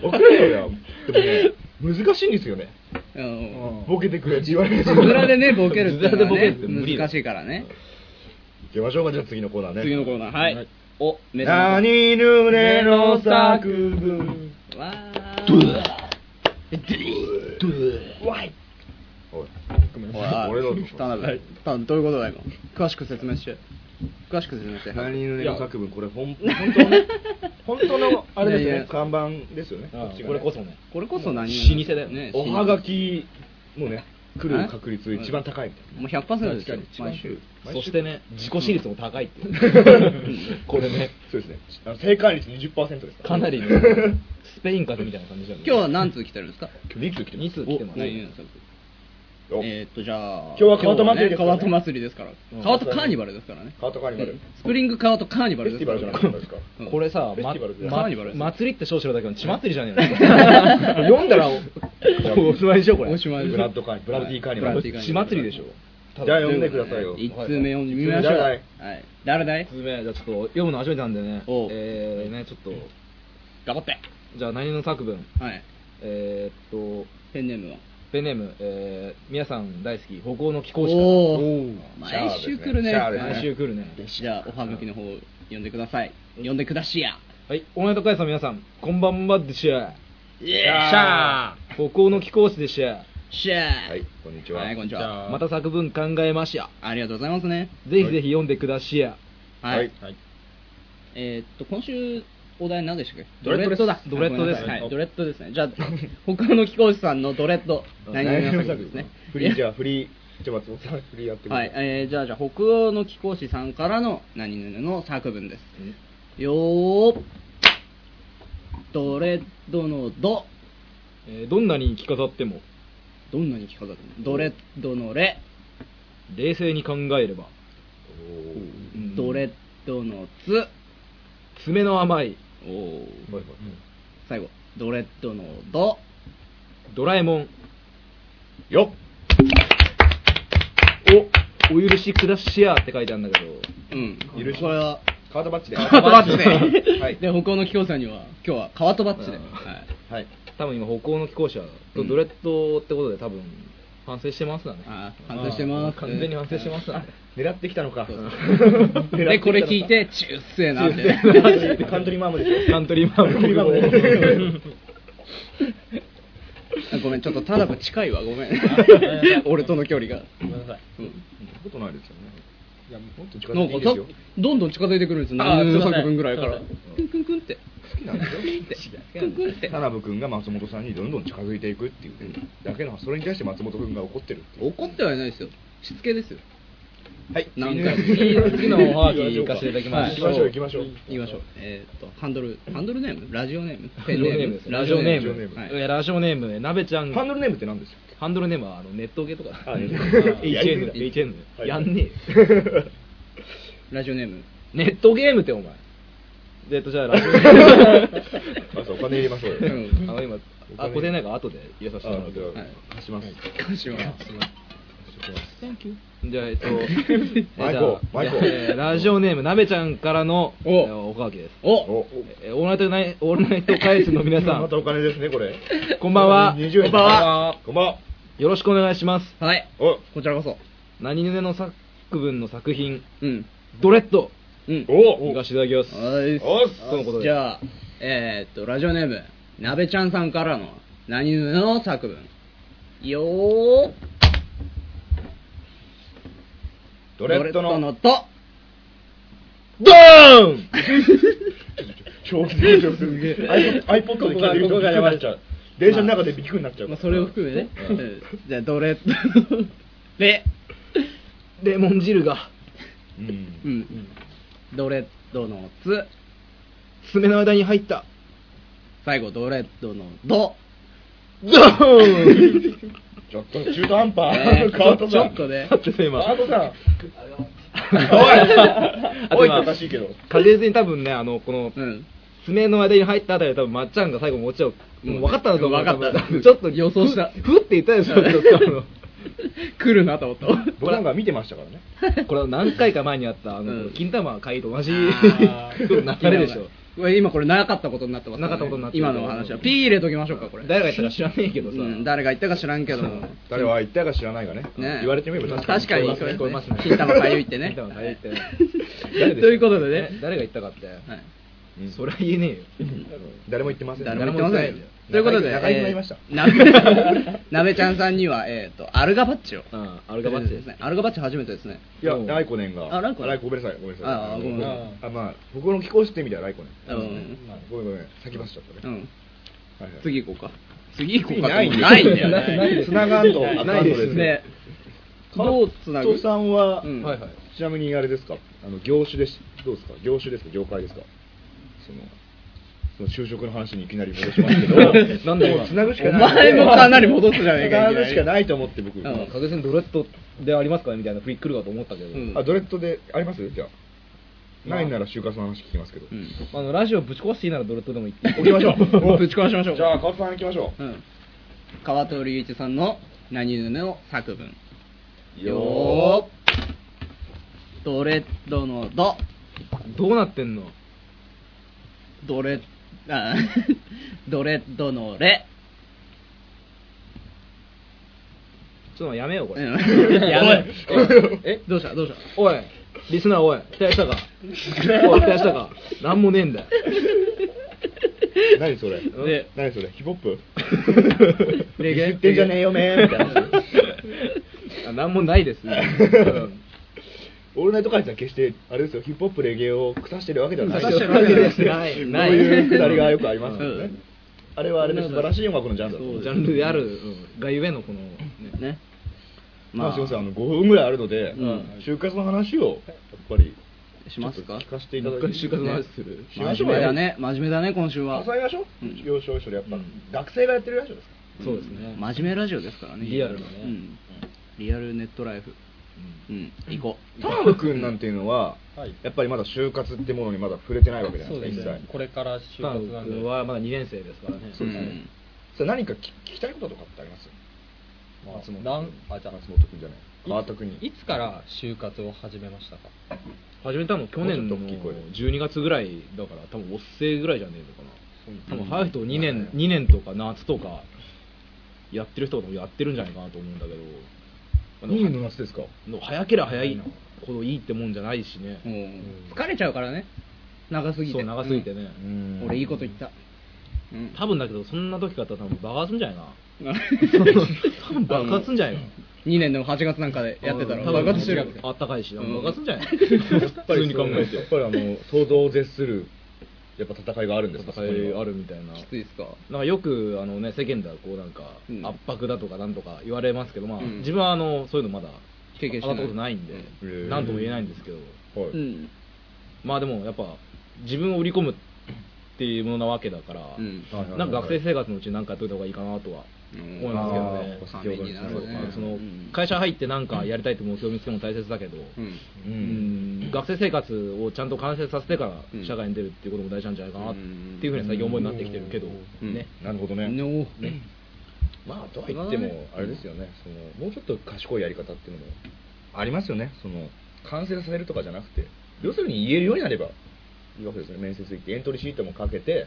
C: ろ送れよでもね難しいんですよね
A: あの
C: ボケてくれって言われる
A: 字面でねボケるっていうのはね
C: 字面でボケるって無理だ
A: 難しいからね
C: 行きましょうかじゃあ次のコーナーね
A: 次のコーナーはい、お目覚め
C: 何ぬねの作文
A: わ
C: おい
A: ー
C: [laughs] 俺の
A: 田辺田辺どういうことだ今詳しく説明して詳しく説明して
C: 何ぬねの作文これほん本当のね本当のあれです
A: いやい
C: ね
A: や
C: 看板ですよねこっちがね
D: これこそね
A: これこそ何
D: 老舗だよ
A: ね
C: おはがきもね来る確率一番高いみたいな
A: もう100%ですよ毎週
D: そしてね自己私立も高いっていう [laughs]
C: [laughs] これね、そうですね、あの正解率20%です
D: かなり
C: [laughs]
D: のスペイン風邪みたいな感じじゃん
A: 今日は何通来てるんですか
C: 今日2通来て
D: 2
C: ます
D: 通来ても
A: 何
D: ね
A: 々
C: お
A: えーっとじゃあ
C: 今日は川戸祭りですからね
A: 川戸祭りですから川戸カーニバルですからね
C: 川戸カーニバル
A: スプリング川戸カーニバ
C: フ
A: ル
C: ェス
A: で
C: テ
A: す
C: ィバ
A: から
C: ルじゃなかったですか
A: うん
D: これさ、
C: フェス
D: ま
C: ティバルじゃん
D: ま
A: カーニバルです
D: 祭りって称してるだけの血祭りじゃねえ [laughs] の読んだらおおしまいでしょこれ
A: おしまいです
C: ブラッドカーニブラッディカーニ
A: ブ
C: バ
A: ラ
C: ル
A: ッディカーニ
D: 血
A: バル
D: 祭りでしょ
C: じゃあ読んでくださいよ
A: 一通目読んでみましょう。
C: 誰だ
A: はいい。誰だい
D: 1つ目じゃあちょっと読むの初めてなんでね
A: おう
D: えーねちょっと
A: 頑張って。
D: じゃあ何の作文
A: はい。
D: えーっと
A: ペンネームは。
D: ペンネーム、えー皆さん大好き、歩行の貴公子さん
A: お
D: お
A: ー毎週来るね
C: シャアですね
D: 毎週来るね。
A: じゃあおはがきの方読んでください読んでくだしや
D: はい、おめでとうございます、皆さん。こんばんはでしゃ。
A: シ
D: シャー歩行の貴公子でしゃ。
A: シャー
C: はい、こんにちは。
A: はいこんにちは
D: また作文考えましゃ。
A: ありがとうございますね
D: ぜひぜひ読んでくだしや。
A: はい、
C: はい
A: えーっと今週お題何でしたっけ
D: ドレッドです
A: だ
D: ドレッドです
A: あごめんなさいはい、ドレッドですねじゃあ他の貴公子さんのドレッド何々の作ですね
C: [laughs] フリーじゃあ、フリー、じゃあ松本さん、フリーやってくだ
A: は
C: さ
A: い、えー、じゃあじゃあ北欧の貴公子さんからの何々の作文ですよードレッドのド
D: えーどんなに着飾っても、
A: どんなに着飾ってんのドレッドのレ
D: 冷静に考えれば、うん
A: ドレッドのツ
D: 爪の甘い、
A: おお最後ドレッドのド
D: ドラえもん、
C: い。よ
D: お、お許しくだしやって書いてあるんだけど、
A: うん
C: っ許し
A: これは
C: っカードバッジで。
A: カートバッチで、
C: はい
A: で北欧の貴公子さんには今日はカートバッチで、
D: うん
A: はい
C: はい。
D: 多分今、歩行の貴公子はとドレッドってことで多分反省してますだね。
A: あー反省してます
D: 完全に反省してますだね。
C: 狙ってきたのか。
A: [laughs] でこれ聞いて「ちゅっせえな」って
C: カントリーマームですよ。
D: カントリーマン国語。
A: [laughs] ごめんちょっとタラブ近いわごめ
D: [laughs]
A: ん俺との距離が
C: ことないですよね。いや、もう本当に近
A: な
C: づ
A: ん
C: いてい
A: か
C: いで
A: さ
C: すよ。
A: どんどん近づいてくるんですよ
M: あー
A: 何
M: すいま
A: の
M: せん
A: 作文ぐらいから
M: すいま
A: クンクンクンって
C: 好きなんですよ。 [laughs] 田辺君が松本さんにどんどん近づいていくっていうねだけのそれに対して松本君が怒ってるっていう
A: 怒ってはいないですよしつけですよ
C: はい
A: なん
C: いい
A: か
C: ね
D: 次のおはがき行かせていただきま
C: 行
D: し
C: き
D: ょう
C: ましょう行きましょう
A: 言いましょうえーっとハンドルハンドルネームラジオネーム
D: [laughs] ペンネームですね
A: ラ
D: ラ
A: ジ
D: ジ
A: オ
D: オ
A: ネ
D: ネ
A: ー
D: ー
A: ム
D: ム
A: はい
D: いやラジオネームなべちゃん
C: ハンドルネームって何です
D: ハンドルネームはあのネットゲとか
C: あネット
D: HN だ HN だやんね
C: [laughs]
D: えよ
A: ラジオネーム
D: ネットゲームってお前でえっとじゃあラジオネーム
C: かまずお金入れましょうよ
A: うん
D: あの今あここでないから後で入れさせてもらうけど
C: あ貸します
A: 歌詞は
D: じゃあえっと
C: マイコマイコ
D: じゃあえーラジオネームなべちゃんからのえ
A: お
D: ーおはがきです
A: [laughs] お
D: えーオールナイトナイオールナイト返すの皆さ
C: [laughs] ま
D: ん
C: たお金ですねこれ
D: こんばんは
C: 20円
D: こんばんは
C: こんばんは
D: よろしくお願いします
A: はい
C: お
A: こちらこそ
D: 何々の作文の作品
A: うん
D: ドレッド
A: うん
D: 行
C: お
D: かせていただきます
A: はいっす
C: おっす
D: とのことで
A: じゃあえーっとラジオネームなべちゃんさんからの何々の作文よー
C: ドレッドの
A: と
D: ドー
C: [laughs]
D: ン
C: 超絶上手 iPod で聞いてる人びっくりになっちゃう電車の中でびっくりになっちゃう
A: まあ、それを含めね、うんじゃあどれレ、
D: レモン汁が
C: うん
A: うん、ドレッドのツ
D: 爪の間に入った
A: 最後ドレッドのド、
D: ドーン [laughs]
C: ちょっと中途半端
A: えー
C: カート
A: ち
C: さ
A: ょ
C: ん
A: っとね
D: だってさ今
C: カートさん
D: [laughs] あ
C: おいおい
D: 今
C: おかしいけど
D: 確実に多分ねあのこの
A: うん
D: 爪の間に入ったあたりで多分まっちゃんが最後持ちをもう分かったんだと思
A: 分
D: う
A: かった
D: 多分 [laughs] ちょっと
A: 予想した
D: ふふって言ったでしょちょっとあ
A: [laughs]
D: の
A: 来るなと思った
C: 僕なんか見てましたからね
D: これは何回か前にあったあの、
A: うん
D: 金玉会と同じ
A: あ
D: [laughs]
A: ー
D: 流れでしょ
A: これ今これなかったことになってますら
D: なかったことになってる
A: 今のお話はピー入れときましょうかこれ
D: 誰が言ったか知らねえけどさ、
A: うん、誰が言ったか知らんけども
C: 誰は言ったか知らないがね
A: ね
C: 言われてみれば
A: 確かに
D: そうですね
A: そうですね
D: 聞こえますね
A: 金玉かゆいってね
D: 金玉かゆいって
A: 誰 [laughs] でしょうということでね
D: 誰が言ったかって、
A: はい
C: うん
D: それは言えねえよ
C: 誰も言ってません
A: 誰も言ってませんよということで、
C: 仲良くなりました
A: えーなべな [laughs] べちゃんさんには、えー、とアルガバッチを。
D: うんアルガバッチです
A: ね。アルガバッチ初めてですね。
C: いや
D: うん
C: ライコネンが
A: あライコネン
C: ごめんなさいごめんなさい
A: ああごめん
C: あまあ僕の気候してみたらライコネ
A: う
C: ン
A: ん。
C: ごめんごめん先走っちゃった
A: う
C: ね
A: ん。
C: はいはい
A: 次行こうか。次行こうかと思
C: な
A: う。
C: いん
A: ないんだよ
C: だ
A: ね。
C: よつながんとあかん
A: ない
C: と
A: で
C: ですす
A: ね
C: ね。
A: どうつな
C: カッ
A: ぐ
C: トさんは
A: うん
C: はいはいちなみにあれですかあの業種ですどうですか業種ですか業界ですかそのその就職の話にいきなり戻しますけ
A: [laughs]
C: ど
D: なんで今
C: つなぐしか
A: お
C: ない
A: 前もかなり戻すじゃねえか。
C: つなぐしかないと思って僕
A: うん
D: 確実にドレッドでありますかねみたいなフリックルかと思ったけど、
A: うん
C: あドレッドでありますじゃあないなら就活の話聞きますけど
A: うん。
D: あのラジオぶち壊していいならドレッドでも
A: [laughs]
D: 言っていい
C: 置きまし
D: [laughs]
C: ょう
A: ぶち壊しましょう
C: じゃあ川田さん行きましょう
A: うん。川戸隆一さんの何々の作文。
C: よ
A: ードレッドのド。
D: どうなってんの
A: ドレ [laughs] ッ、あドレッドのレ。
D: ちょっとやめようこれ
A: うん [laughs]
D: やめよう
A: おい
D: え
A: どうしたどうした
D: おいリスナーおい期待した
C: [laughs]
D: かおい期待したかなんもねえんだよ
C: 何それ
D: で
C: 何それヒップホップ
D: レゲエ
C: 知ってんじゃねえよめーみたいな
D: あなんもないですね
C: オールナイトカイさん決してあれですよヒップホップレゲエを腐してるわけではない
D: 腐してるわけですよない
C: こう
D: ない
C: いうくだりがよくありますよ
D: う
C: ね
D: ん
C: あれはあれで素晴らしい音楽のジャンルだと思う
D: ジャンルであるうんがゆえのこのね
A: ね
C: まあ、すいませんあの5分ぐらいあるので、
A: うん
C: 就活の話をやっぱり
A: しますか
C: ちょっと聞かせていただいて
D: もう一回就活の話する
C: しまし
A: 真
C: ょ
A: 面
C: う
A: 目
C: よ
A: だね真面目だね今週は
C: 抑えましょう、要所要所でやっぱ、学生がやってるラジオですか
D: そうですね
A: 真面目ラジオですからね
D: リアルなね
A: うんリアルネットライフうん行こう
C: 田辺君なんていうのは、
M: はい
C: やっぱりまだ就活ってものにまだ触れてないわけじゃな
M: そ
C: いうで
M: ですす
C: か、
M: ね
C: 一切
M: これから就
D: パ
M: 活
D: ン
M: なんで
D: 君はまだ2年生ですからね
C: そうですね
A: うん
C: それ何か聞聞きたいこととかってあります
M: まあ
C: 松本
M: なんあ
C: あ
M: じゃあ
C: 松本君じゃない川田君
M: いつから就活を始めましたか
D: 始めたの去年の
C: もうちょっと大きい
D: 12月ぐらいだから多分おっせえぐらいじゃねえのかな多分早いと2
C: うん
D: 年2年とか夏とかやってる人もやってるんじゃないかなと思うんだけどあの
C: 2年の夏ですか
D: の早ければ早いほどいいってもんじゃないしね
A: もう疲れちゃうからね長すぎ
D: そ
A: て
D: う長すぎてね、
A: うん俺いいこと言ったうん
D: 多分だけどそんな時から多分爆発すんじゃないか
A: [laughs]
D: な多分爆発すんじゃないかな
A: 2年の8月なんかでやってたら
D: 多分
A: 爆発してる
D: あったかいし
A: うん
D: 爆発すんじゃないか
A: [laughs]
C: や
D: な
C: っぱ
D: 普通
C: り
D: に考えて
C: やっぱりあの想像を絶するやっぱ戦いがあるんですか
D: 戦いあるみたいな
A: きついっすか
D: なんかよくあの、ね、世間ではこうなんか
A: うん
D: 圧迫だとかなんとか言われますけど、まあ
A: うん
D: 自分はあのそういうのまだ
A: 経験してない
D: 上がったことないんで
C: うんへえ
D: 何とも言えないんですけど、
C: そこにはは
A: う
C: い、
A: ん
D: まあでもやっぱ自分を売り込むっていうものなわけだから、
A: うん
C: はいはいはい
D: なんか学生生活のうち何かやっといた方がいいかなとは思いますけどねそう
C: う。んあー
A: ためになるね
D: まあその
A: うん
D: 会社入ってなんかやりたいって目標を見つけるのも大切だけど、
A: うん
C: う
D: うんん学生生活をちゃんと完成させてか
A: うん
D: ら社会に出るっていうことも大事なんじゃないかなっていうふうには最近思いになってきてるけど、
A: うん
D: ね、
C: なるほどね
A: の
C: ねまあとは言ってもあれですよねそのもうちょっと賢いやり方っていうのもありますよねその完成させるとかじゃなくて要するに言えるようになればいいわけですよね面接行ってエントリーシートもかけて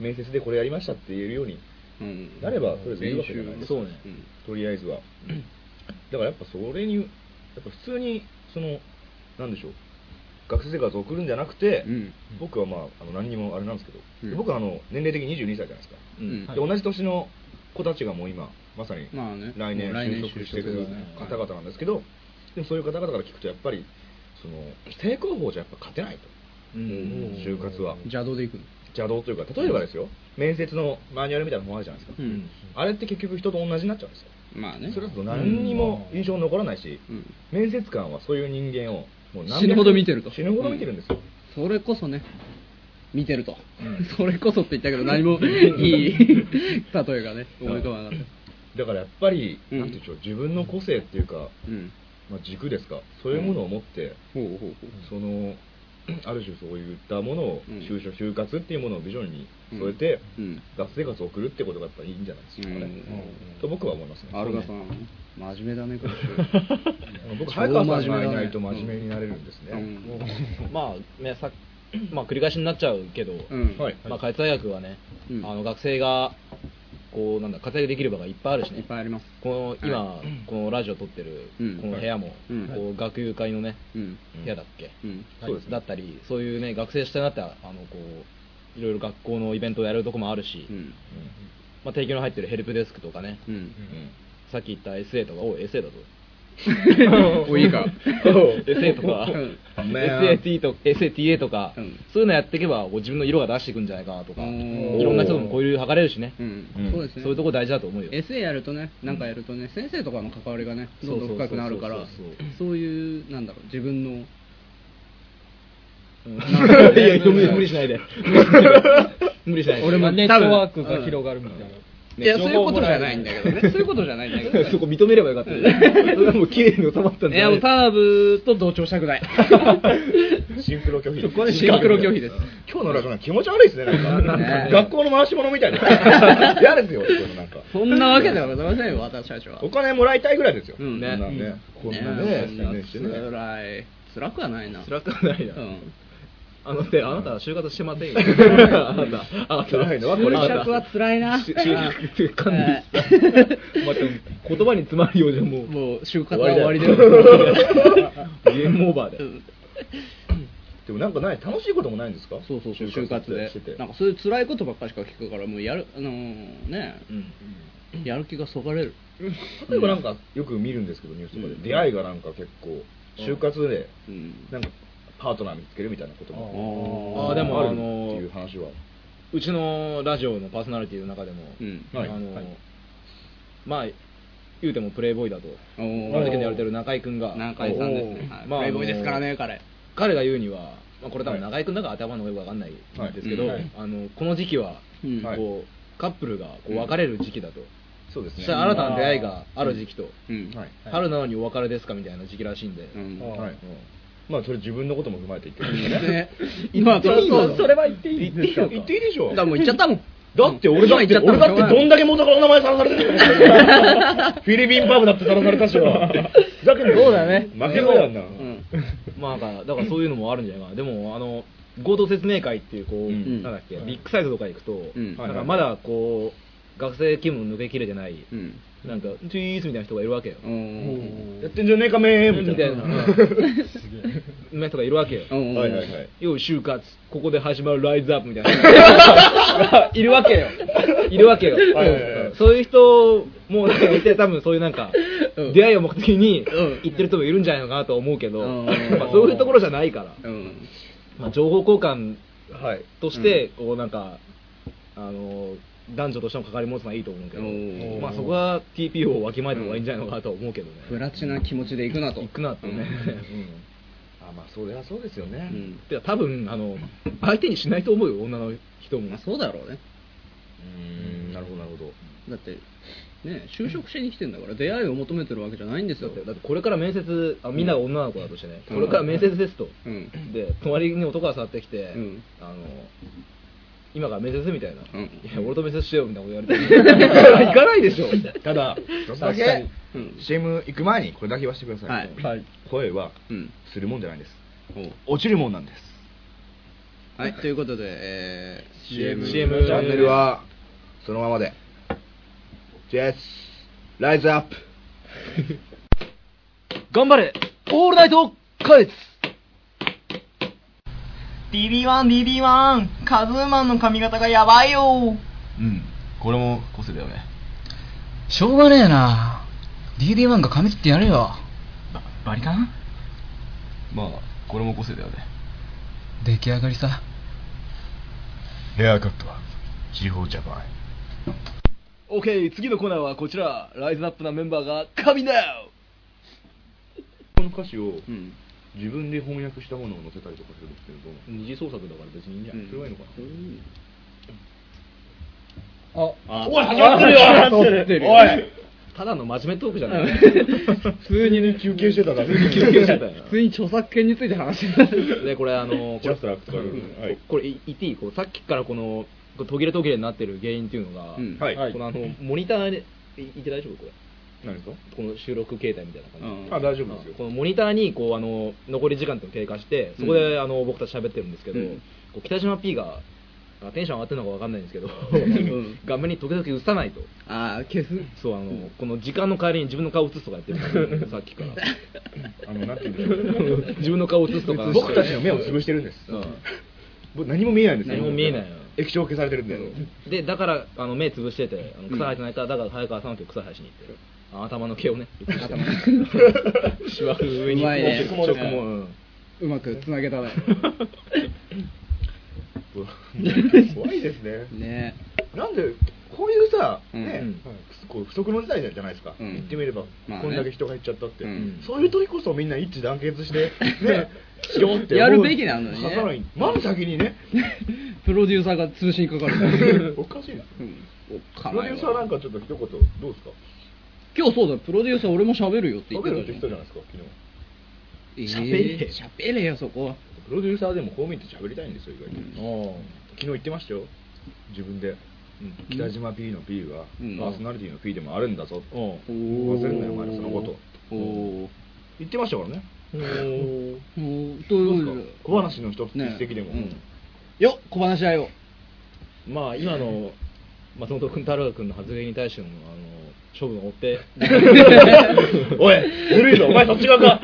C: 面接でこれやりましたって言えるように
A: うん
C: なればとりあえずいいわけじゃないですか
D: そうね
A: うん
C: とりあえずはだからやっぱそれにやっぱ普通にそのなんでしょう学生生活を送るんじゃなくて、
A: うん
C: 僕はまああの何にもあれなんですけど、
A: うん
C: で僕はあの年齢的に22歳じゃないですか、
A: うん
C: で同じ年の子たちがもう今まさに
A: まあね
C: 来年
A: もう来年
C: 就職してく
A: 就
C: る
A: 職だね
C: 方々なんですけど、でもそういう方々から聞くとやっぱりその正攻法じゃやっぱ勝てないと、就活は
A: 邪道で行くの
C: 邪道というか例えばですよ面接のマニュアルみたいなのもあるじゃないですか、
A: うん
C: あれって結局人と同じになっちゃうんですよ
A: まあね
C: それだと何にも印象に残らないし、
A: うん
C: 面接官はそういう人間をもう何百
A: 死ぬほど見てると
C: 死ぬほど見てるんですよ、
A: それこそね見てると、それこそって言ったけど何もいい例えがね思い浮かばなかった
C: だからやっぱり、
A: うん
C: なんていうんでしょう自分の個性っていうか、
A: うん
C: まあ、軸ですかそういうものを持って、
A: ほうほうほ
C: その [clears throat] ある種そういったものを
A: うん
C: 就職就活っていうものをビジョンに
A: うん
C: 添えて、
A: うん
C: 学生活を送るってことがやっぱいいんじゃないですかね、
A: うん
C: と僕は思いますね
A: うアルガさん真面目だねこれ
C: うん僕早川さんがいないと真面目になれるんですね、
D: まあねさ [clears throat] まあ繰り返しになっちゃうけど、
A: うん
C: はい
D: まあ、開発大学はね、
A: うん
D: あの学生がこうなんだ活躍できる場がいっぱいあるしね
A: いっぱいあります
D: この今、このラジオ撮ってる
A: うん
D: この部屋も、
A: うん
D: こう学友会のね、
A: うん
D: 部屋だっけ、
A: うん
D: そうですだったりそういうね学生主体になったあのこういろいろ学校のイベントをやるとこもあるし、
A: うん
D: まあ、提供の入ってるヘルプデスクとかね、
A: うん
D: さっき言った SA とかおい SA だぞ
A: おいいか
D: SA とか、
C: うん
D: SAT と SATA とか、
A: うん
D: そういうのやっていけばこう自分の色が出していくんじゃないかなとか
A: うん
D: いろんな人とも交流図れるしね、
A: うん
C: うん
A: そうですね
D: そういうとこ大事だと思うよ
A: SA やるとね、なんかやるとね、先生とかの関わりがね、どんどん深くなるから
D: そうそうそうそう、
A: そういう、なんだろう、自分の、
D: いやいや無理無理しないで
A: [laughs]
D: 無理しないで
M: 俺もネッ
A: 多分
M: トワークが広がるみたいな、
A: いや、そういうことじゃないんだけ [laughs]
D: [laughs]
A: どね、そういうことじゃないんだけどね、
D: そこ認めればよかったよねそれはもう綺麗に収まったん
A: い
D: だ
A: や、もうターブと同調したくない。
C: シンクロ拒否
A: そこでシンクロ拒否です
C: 今日のラジオなんか気持ち悪いですねなんか
A: ねえ
C: 学校の回し物みたいな [laughs] 嫌ですよこういうのなんか
A: そんなわけではございませんよ、私たちは。
C: お金もらいたいぐらいですよ、
A: うんね
C: こんなんねこんなね
A: ねそんな
C: 宣伝してね
A: 辛い。辛くはないな。
D: [laughs] 辛くはないな
A: うん。
D: あのであなたは就活してませんよ
A: [laughs]
D: あなたあなた
C: 辛いのはこれ
D: あなた
A: 就活は辛いな
D: し就活勘弁
A: え
D: [laughs] してまあでも言葉に詰まるようじゃもう
A: もう就活
D: 終わ
A: は
D: りだ
A: 終
D: よ
A: わりだ
D: [laughs]
A: よ
D: ゲームオーバーだ
A: う
D: よ
A: ん
C: でもなんかない楽しいこともないんですか
A: そうそうそう就活で
C: してて
A: なんかそういう辛いことばっかりしか聞くからもうやるあのーね
D: うん
A: やる気がそがれる
C: 例えばなんかよく見るんですけどニュースとかで、
A: うん
C: 出会いがなんか結構就活で
A: うん
C: なんかパートナー見つけるみたいなことも
D: あーあーでも
C: る
D: あのー
C: っていう話は
D: うちのラジオのパーソナリティの中でも、
A: うん
D: あ
C: はい
D: の
C: はい
D: まあ言うてもプレイボーイだと
A: おー
D: 番付でやれてる中居君が
A: 中井さんですね
D: おー
A: はいプレイボーイですからね彼
D: 彼が言うには、まあ、これ多分中居君だから頭のよくわかんないんですけど、
A: はいはい
D: あのこの時期は、
A: うん
D: こうカップルがこう別れる時期だと、
C: そうです
D: そ
C: ね
D: したら新たな出会いがある時期と、
A: うん
C: はい
D: 春なのにお別れですかみたいな時期らしいんで、
A: うん
C: はいまあそれ自分のことも踏まえて言ってるんです [laughs] ね
A: ねまあそうそう
C: それは言っていい
A: でしょうか
C: 言っていいでしょう
A: だからもう行っちゃったもん
C: だって俺だって、俺だってどんだけ元からお名前さらされ
D: [laughs]
C: てるかフィリピンパブだってさらされたしは。ふざけんなよ
A: そうだね
C: 負け子やんな。
A: うん
D: まあなんかだからそういうのもあるんじゃないかなでもあの合同説明会っていうこう、
C: うん
D: なんだっけビッグサイトとか行くと、
A: ん
D: なんかまだこう学生気分抜けきれてない、
A: うん
D: なんかチーズみたいな人がいるわけよ、
A: おー
C: やってんじゃねえかめーみ
D: み
C: た
D: た
C: い
D: い
C: な
D: な。な人がいるわけよ、
A: うんうん
C: [laughs] はいはいはい。
D: よう就活ここで始まるライズアップみたい
A: [laughs]
D: ないるわけよいるわけよ、
C: はいはいはい
D: うんそういう人もなんかいて多分そういうなんか、
A: うん
D: 出会いを目的に
A: うん
D: 行ってる人もいるんじゃないのかなと思うけど、
A: うん
D: まあ、そういうところじゃないから、
A: うん
D: まあ、情報交換
C: はい。
D: として、こうなんかあの男女としての関わり持つのはいいと思うけ
A: おー
D: ど、まあ、そこは TPO をわきまえた方がいいんじゃないのかなとは思うけどね、
A: プラチな気持ちで行くなと
D: 行くなとね、うん
C: あ、まあそれはそうですよね
A: う。ん
D: てか多分あの相手にしないと思うよ女の人
A: ま
D: も
A: あそうだろうね
C: うん、なるほどなるほど。
A: だってね就職しに来てんだから出会いを求めてるわけじゃないんです
D: だ
A: よ
D: ってだってこれから面接あみんなが女の子だとしてね、
A: うん
D: これから面接ですと、
A: うん
D: で隣に男が座ってきて、
A: うん
D: あの今から面接みたいな、
A: うん
D: いや俺と面接しようみたいなこと言われて
A: [laughs]
D: 行かないでしょ
C: ただ、一つだ
A: 確か
C: け
A: にうん
C: CM 行く前にこれだけ言わせてください。。
A: はい
C: 声は
A: うん
C: するもんじゃないんです。
A: おう
C: 落ちるもんなんです。
A: はいということでえー
D: CM
C: チャンネルはそのままで。ジェス、ライズアップ。
D: 頑張れオールナイト開ツ
K: DD1DD1 カズーマンの髪型がやばいよ
C: うん、これも個性だよね。
K: しょうがねえな DD1 が髪切ってやるよババリカン
C: まあ、これも個性だよね。
K: 出来上がりさ
J: ヘアカットは地方ジャパン。
D: OK 次のコーナーはこちらライズアップなメンバーが神だよ
C: この歌詞を
A: うん
C: 自分で翻訳したものを載せたりとかするんですけど、どうなの
D: 二次創作だから別にいいんじゃない、
C: それはいいのかな
A: あ
C: おい始まってるよ
A: 始まってるよ
C: お [laughs] い
D: ただの真面目トークじゃない
A: 普
D: [laughs]
A: 通にね
C: 休憩してただけ。
D: 休憩してたよ
A: 普通に著作権について話してた
D: でこれあのこ
C: ジ
D: れ
C: ャスラックとかあるよね
D: うん
C: はい
D: これい言っていいこうさっきからこのこう途切れ途切れになってる原因っていうのが、
A: うん
C: はい
D: このあのモニターでいいて大丈夫これ
C: 何ですか
D: この収録形態みたいな感じ、
A: うん
C: あ、大丈夫ですよ。
D: このモニターにこうあの残り時間っていうのが経過してそこで、あの僕たち喋ってるんですけど、
A: うん
D: こう北島 P がなんかテンション上がってるのかわかんないんですけど、
A: ん
D: [laughs] 画面に時々映さないと
A: ああ消す
D: そうあの、この時間の代わりに自分の顔映すとかやってるんですよさっきから
C: あの、なんて言うんでしょう。
D: 自分の顔映すとか
C: 僕たちの目を潰してるんです。僕何も見えないんですよ
D: 何も見えないの
C: 液晶消されてるんだよ。
D: でだからあの目潰しててあの草生えてないから、だから早川さんは今日草生やしに行ってるあ頭の毛をね頭の毛 [laughs] シワフ上に
A: うまいね
D: 直毛直毛うん
A: うまくつなげたね
C: 怖いですね。
A: ね
C: なんで、こういうさ、
A: うん
C: ね
D: うん
C: こう不測の事態じゃないですか、
A: うん
C: 言ってみれば、
A: まあね
C: こんだけ人が減っちゃったって、
A: うん
C: そういう時こそみんな一致団結して、ね、しようって思う
A: やるべきなのにね
C: ささらに、まず先にね、
A: プロデューサーが通信かかる
C: おかしいです
A: う
C: よ。
A: んおっ
C: プ
A: か
C: ロ
A: な
C: デ
A: い
C: ュ
A: わ
C: ーサーなんかちょっと一言、どうですか
A: 今日そうだよプロデューサー俺も喋るよって言って
C: 食
A: た
C: べるって人じゃないですか、昨日。
A: しゃ
D: 喋
A: べ
D: れ
A: れよそこは
C: プロデューサーでもこう見て喋りたいんですよ、意外と。
D: お
C: 昨日言ってましたよ、自分で。北島 P の P は、
A: うん
C: パーソナリティの P でもあるんだぞって、
D: お
C: 忘れんなよ、お前らそのこと。
A: おお
C: 言ってましたからね。
A: どういうこと
C: 小話の一つ一席でも、
A: よっ小話だよ
D: まあ今の松本君太郎君の発言に対してのあの処分を追って
C: [laughs] おい古
D: [laughs]
C: いぞお前そっち側か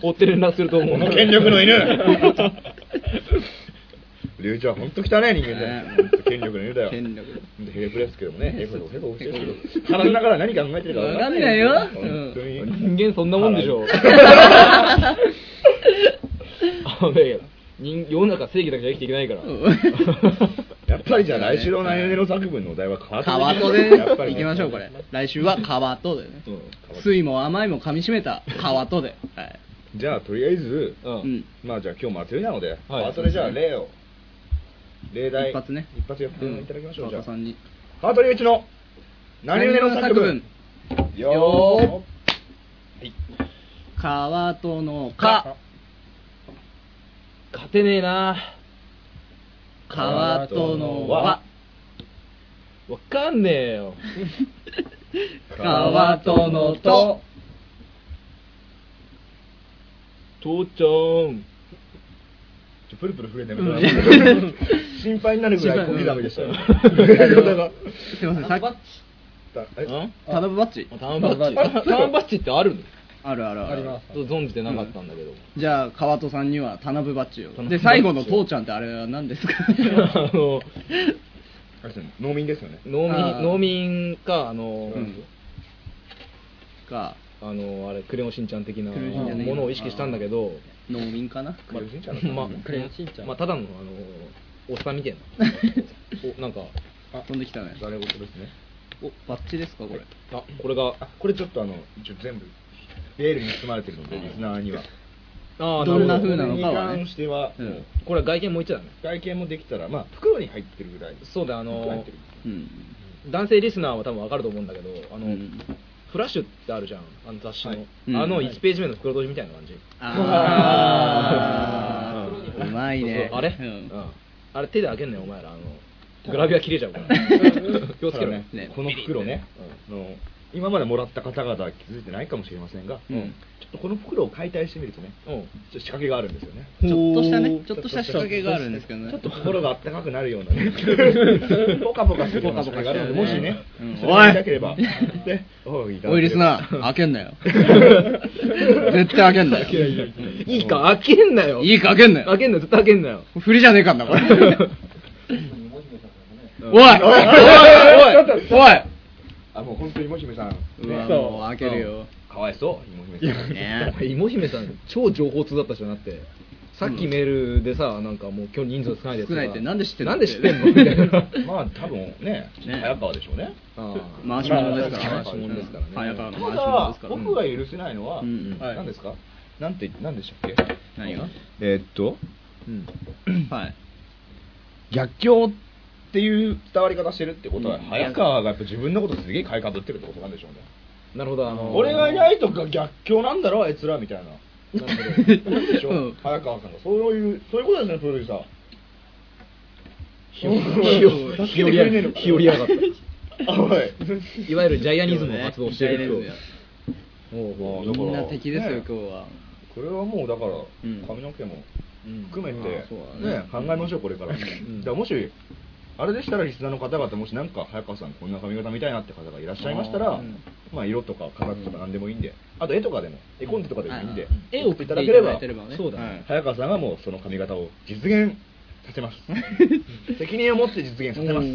D: 追って連絡すると思
C: こ
D: う
C: の権力 [laughs] の犬龍一は本当汚い人間だよ、ほんと権力の犬だよ
A: 権力
C: ほんとヘイプレスけどもねヘイプレスヘイプレスけど話しながら何考えてるか分かんない
A: わかんないよ
C: 本当に
D: 人間そんなもんでし
C: [laughs]
D: ょあいやいや人世の中正義だけじゃ生きていけないから
C: やっぱりじゃあ来週の内容の作文のお題は変わって
A: 川戸で行きましょうこれ来週は川戸でね水も甘いも噛みしめた川戸ではい
C: じゃあとりあえず、
A: ん
C: まあじゃあ今日祭りなので、
D: はい
C: あとでじゃあ例を例題
A: 一発ね
C: 一発やっていただきましょう、
A: うん
C: じ
A: 川戸
C: ゃ
A: さんに
C: あハートリウチの何々の作文よ
A: 川戸のか
D: [laughs] 勝てねえな
A: 川戸のわ
D: わかんねえよ
A: 川戸のと
D: 父ちゃん
C: ープルプル震えてる [laughs] 心配になるぐらい小刻みでしたよ体 [laughs] が
A: すいませんさっき
C: だえ
A: タダブバッチ
D: ターンバッジターンバッジってあるの
A: あるあるある
D: 存じてなかったんだけど、
A: じゃあ川戸さんには田辺バッジを
D: 田辺
A: で最後の父ちゃんってあれは何ですか
D: あの
C: あれですよね農民ですよね
D: 農
A: あー
D: 民農民かあの、
A: うん [laughs] か
D: あのあれクレヨンしんちゃん的な
A: クレヨンしんちゃんね
D: ものを意識したんだけど
A: 農民かな
C: クレヨンしんちゃんだった
D: まあ
M: クレヨンしんちゃん
D: まあただのあのおっさんみたいなおなんか
A: [laughs] 飛んできたね
C: 誰事ですね
A: おバッチですかこれ
D: あこれが
C: あこれちょっとあの一応全部ベールに包まれてるのでリスナーには
D: あー
A: どんな
D: るほ
A: 風なのかは
C: これに
A: ね
C: 関してはもう
A: うん
D: これは外見も一致だね
C: 外見もできたらまあ袋に入ってるぐらい
D: そうだあの
C: 袋に入ってる
A: うん
D: 男性リスナーは多分わかると思うんだけどあの、
A: うん
D: フラッシュってあるじゃんあの雑誌の、
C: はい
A: うん
D: あの1ページ目の袋閉じみたいな感じ、
A: あ
C: う
A: ー
D: [laughs]
C: ん
A: うまいね
D: そうそうあれ、
A: う
D: うんんあれ手で開けんねよお前らあのグラビア切れちゃうから
A: [laughs]
D: 気をつけろね
C: ただこの袋ね、あの今までもらった方々は気づいてないかもしれませんが、
A: うん
C: ちょっとこの袋を解体してみるとね、
D: うん
C: ちょっと仕掛けがあるんですよね
A: ちょっとしたねちょっとした仕掛けがあるんですけどね
C: ちょっと心があったかくなるようなねポカポカするような仕掛けがあるのでもしね、
A: うん
C: それがなければねおいいただければ
A: おいリスナー開けんなよ絶対開けんなよ
D: いいか開けんなよ
A: いいか開けんなよ
D: 開けんなよ絶対開けんなよ
A: 振りじゃねえかんなこれおいおいおいおい
C: あもう本当にも姫さん、ね、
A: うわもう開けるよ
C: かわいそう芋姫さん
A: ね
D: 芋姫さん超情報通だったじゃなくてさっきメールでさなんかもう今日人数少ないですとか
A: 少ないってなんで知ってんの
D: なんで知ってんのみたいな
C: [laughs] まあ多分ね早川でしょうね
D: あー
A: 回し物ですから
D: 回し物ですからね
A: 早川の
C: た
A: 回し物
C: だ
A: ですから
C: 僕が許せないのは、
A: うん
C: はい何ですかなんて何でしたっけ
A: 何が
C: えーっと
A: はい
C: 逆境っていう伝わり方してるってことは、
A: うん
C: 早川がやっぱ自分のことすげえ買いかぶってるってことなんでしょうね
D: なるほどあの
C: 俺がいないとか逆境なんだろあいつらみたいななんでしょ、
A: うん
C: 早川さんがそういうそういうことですねプロデューサー
D: ひよひよひよりやひよりやがった
C: あおい
D: いわゆるジャイアニズムの活動をしてる
C: [laughs]
A: ジャイアニズムや
D: とおうおう
C: だから
A: みんな敵ですよ今日は
C: これはもうだから
A: うん
C: 髪の毛も
D: うん
C: 含めて
A: あ、そうだね
C: ね考えましょうこれから、
D: ん
C: だからもしあれでしたらリスナーの方々もしなんか早川さんこんな髪型みたいなって方がいらっしゃいましたら、まあ色とか形とか何でもいいんであと絵とかでも絵コンテとかでもいいんで
A: うん
C: 送っていただければ
A: 送っていただければね
C: そうだ、
A: はい
C: 早川さんがもうその髪型を実現さ
A: [laughs]
C: せます責任を持って実現させます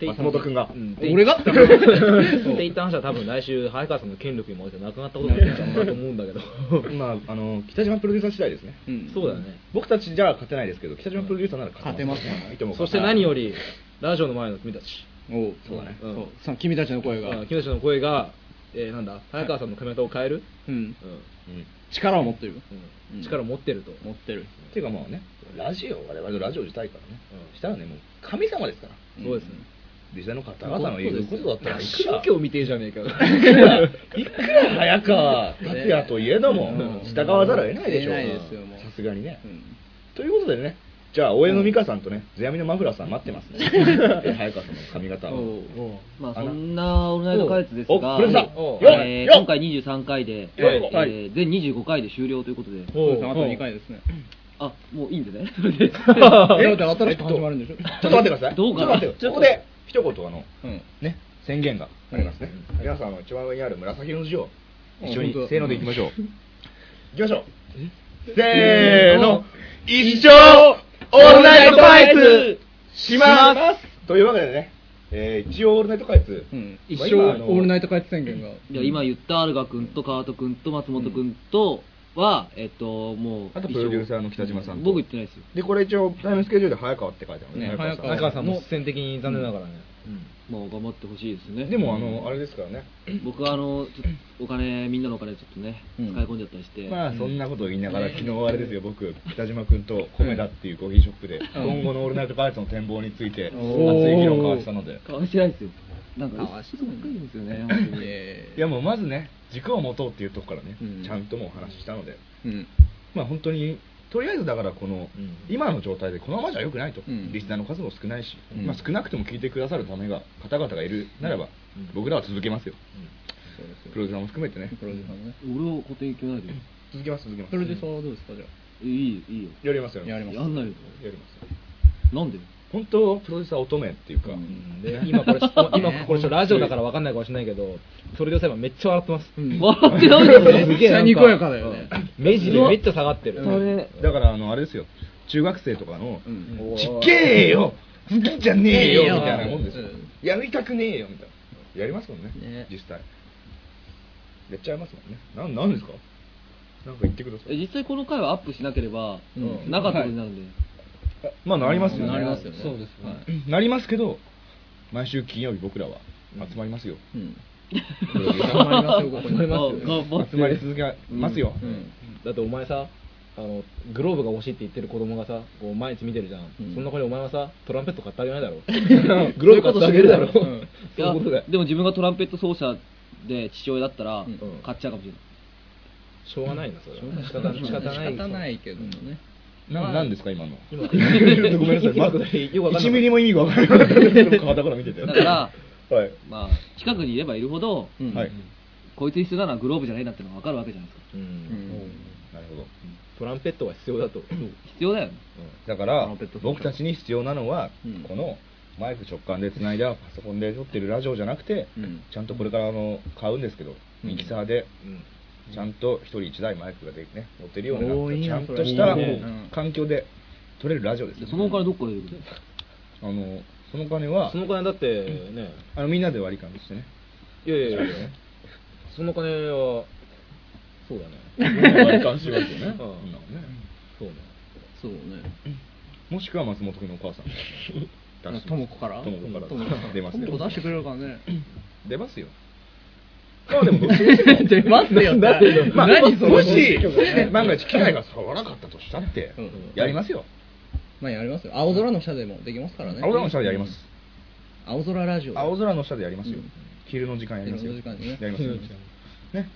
C: 松本君が、
D: うん
A: 俺が
D: って言った話は多分来週早川さんの権力にもってなくなったことになっちゃうかなと思うんだけど
C: [laughs] まああの北島プロデューサー次第ですね
A: うん
D: そうだよね
C: 僕たちじゃ勝てないですけど北島プロデューサーなら勝てます
A: 勝てます
C: はいと思う
D: そして何よりラジオの前の君たち
A: おうそうだね
D: うん
A: そうその君たちの声が
D: うん君たちの声がえーなんだ早川さんの髪型を変える
A: うん
D: うん
C: うん
A: 力を持ってる
D: う
A: うん
D: ん力を持ってると
A: 持ってる
C: っていうかまあねラジオ我々のラジオ自体からね、したらねもう神様ですから
D: そうですね
C: 実際の方々の言うことだったらいくら
D: 宗教みてえじゃねえか
C: [laughs] いくら早川達也といえども、従わざるを得ないでしょ
A: 得
C: う
A: ないですよもう
C: さすがにね、
A: うん
C: ということでねじゃあ、大江の美香さんとね、世阿弥のマフラーさん待ってますね。え早川さんの髪型
N: お
C: を。
N: うまあそんなオールナイト開発です
C: お
N: が、
C: これだ
N: お
C: よっ
N: えー
C: よっ
N: 今回23回で、
C: よっ
N: えー
C: はい
N: えー全25回で終了ということで、
A: そうですねあと2回ですね。
N: あもういいんでね。 [laughs]
C: え
A: だって新しく始まるんでしょ
C: ちょっと待ってください。
N: どうかな
C: ちょっと待ってここで、一言、あの、
A: うん。
C: ね、宣言がありますね。皆さんの一番上にある紫色の字を、一緒に
A: あ本当、だ
C: せーのでいきましょう。いきましょう。せーの、一生、オールナイト開発しますというわけでね、えー一応オールナイト開発、
A: うん
C: ま
A: 一
C: あ
A: 生
C: 今あの
A: オールナイト開発宣言が。
N: じゃあ今言ったアルガ君と川戸君と松本君とは、えっともう
C: あとプロデューサーの北島さんと
N: 僕言ってないですよ
C: で、これ一応、タイムスケジュールで早川って書いてあるね。
A: ね
D: 早
C: 早川さん
D: 川さんも視線的に残念ながらね、
N: まあ頑張ってほしいですね
C: でも、あの、あれですからね。
N: 僕はあのちょっとお金みんなのお金ちょっとね、
C: うん
N: 使い込んじゃったりして、
C: まあそんなことを言いながら、昨日あれですよ、僕、北島君と米田っていうコーヒーショップで、今後のオールナイト開発の展望について、熱い議論を交わしたので、
N: かわしてないですよなんか
A: かわいそう
N: うっかりですよね本当に
A: え
C: いやもうまずね、軸を持とうっていうところからね、
A: うん
C: ちゃんともうお話ししたので、
A: ーうん。
C: まあ本当に、とりあえずだから、この、
D: うん
C: 今の状態でこのままじゃ良くないと、
A: うん
C: リスナーの数も少ないし、
A: うん
C: まあ、少なくとも聞いてくださるためが方々がいるならば、僕らは続けますよ、
A: そうですよ
C: プロデューサーも含めてね、
A: プロデューサーもね。
N: 俺を固定決めないで
C: 続けます、続けます。
A: プロデューサーはどうですか、じゃ
N: いいいいよ
C: やりますよ、
A: やります
N: やんないよ
C: やりますよ
N: なんで
C: 本当プロデューサー乙女っていうか、
D: うんで今
C: [laughs]
D: これ、今これちょっとラジオだから分かんないかもしれないけど、それでさえばめっちゃ笑ってます、
N: 笑ってないよ
A: めっちゃにこやかだよね
D: 目尻めっちゃ下がってる、
N: それ
C: だからあのあれですよ中学生とかの
A: うん
C: 「ちっけえよ好きじゃねえよ」みたいなもんですよ
A: うん
C: やりたくねえよみたいなやりますもんね
A: ね
C: 実際やっちゃいますもんねなんなんですかなんか言ってくださ
N: え
C: い
N: 実際この回はアップしなければ、
A: うん
N: なかったことになるんで、
C: まあなりますよね
A: なりますよね。
M: そうですね
A: はい
C: なりますけど毎週金曜日僕らは集まりますよ
A: うん。
C: プロデューサー
A: 頑張りますよ、ここに。
N: 頑張って
C: 集まり続けますよ
A: うん。
D: だってお前さあのグローブが欲しいって言ってる子供がさこう毎日見てるじゃん、
A: うん
D: そんな子にお前はさトランペット買ってあげない
N: [laughs]
D: だろグローブ買ってあげるだろ
A: そういうこと
D: そういうことだよ
N: いやでも自分がトランペット奏者で父親だったら、
A: ん
N: 買っちゃうかもしれない
D: しょうがないなそれ [laughs] は仕方ない
A: 仕方ないけどもね。
C: ななんですか今の [laughs]
D: 今
C: ごめんなさ
D: [laughs] よ
C: いまず
D: くわかんなかった
C: 1ミリも意味が分からなかったですけど肩から見てて
N: だから
C: はい
N: まあ近くにいればいるほど、
A: うん
C: はい
N: こいつ必要なのはグローブじゃないなってのが分かるわけじゃないですか
D: うん
A: うん
C: なるほど
D: トランペットは必要だと
N: 必要だよね
C: だから
N: トランペット
C: 僕たちに必要なのは、
A: うん
C: このマイク直感でつないだパソコンで撮ってるラジオじゃなくて、
A: うん
C: ちゃんとこれからあの買うんですけどミキサーで
D: うん
C: ちゃんと一人一台マイクがで、ね、持ってるような
A: おーいい
C: ちゃ
A: なんそ
C: と
A: れ
C: した
A: いいね
C: 環境で撮れるラジオです、
N: でそのお金どっから出てくる
C: あのそのお金は
D: そのお金だってね
C: あのみんなで割り勘してね
D: いやいやいや [laughs] そのお金はそうだね
C: 割り勘しますよ
D: うん
C: ねうんね
D: そうね
A: そうね。
C: もしくは松本君のお母さん出してます
A: ともこから
C: ともこから出ますよ
A: ともこ出してくれるからね。
C: 出ますよ。まあでも、
A: [laughs]
C: 出
A: ますよ
C: だって、まあ、
A: 何その
C: もし、ね万が一機会が触らなかったとしたって
A: うん、
C: やりますよ。
A: まあやりますよ。青空の下でもできますからね。
C: 青空の下でやります。
A: 青空ラジオ。
C: 青空の下でやりますよ
A: うん。
C: 昼の時間やりますよ。
A: 昼の時間にね
C: やりますよ。ね。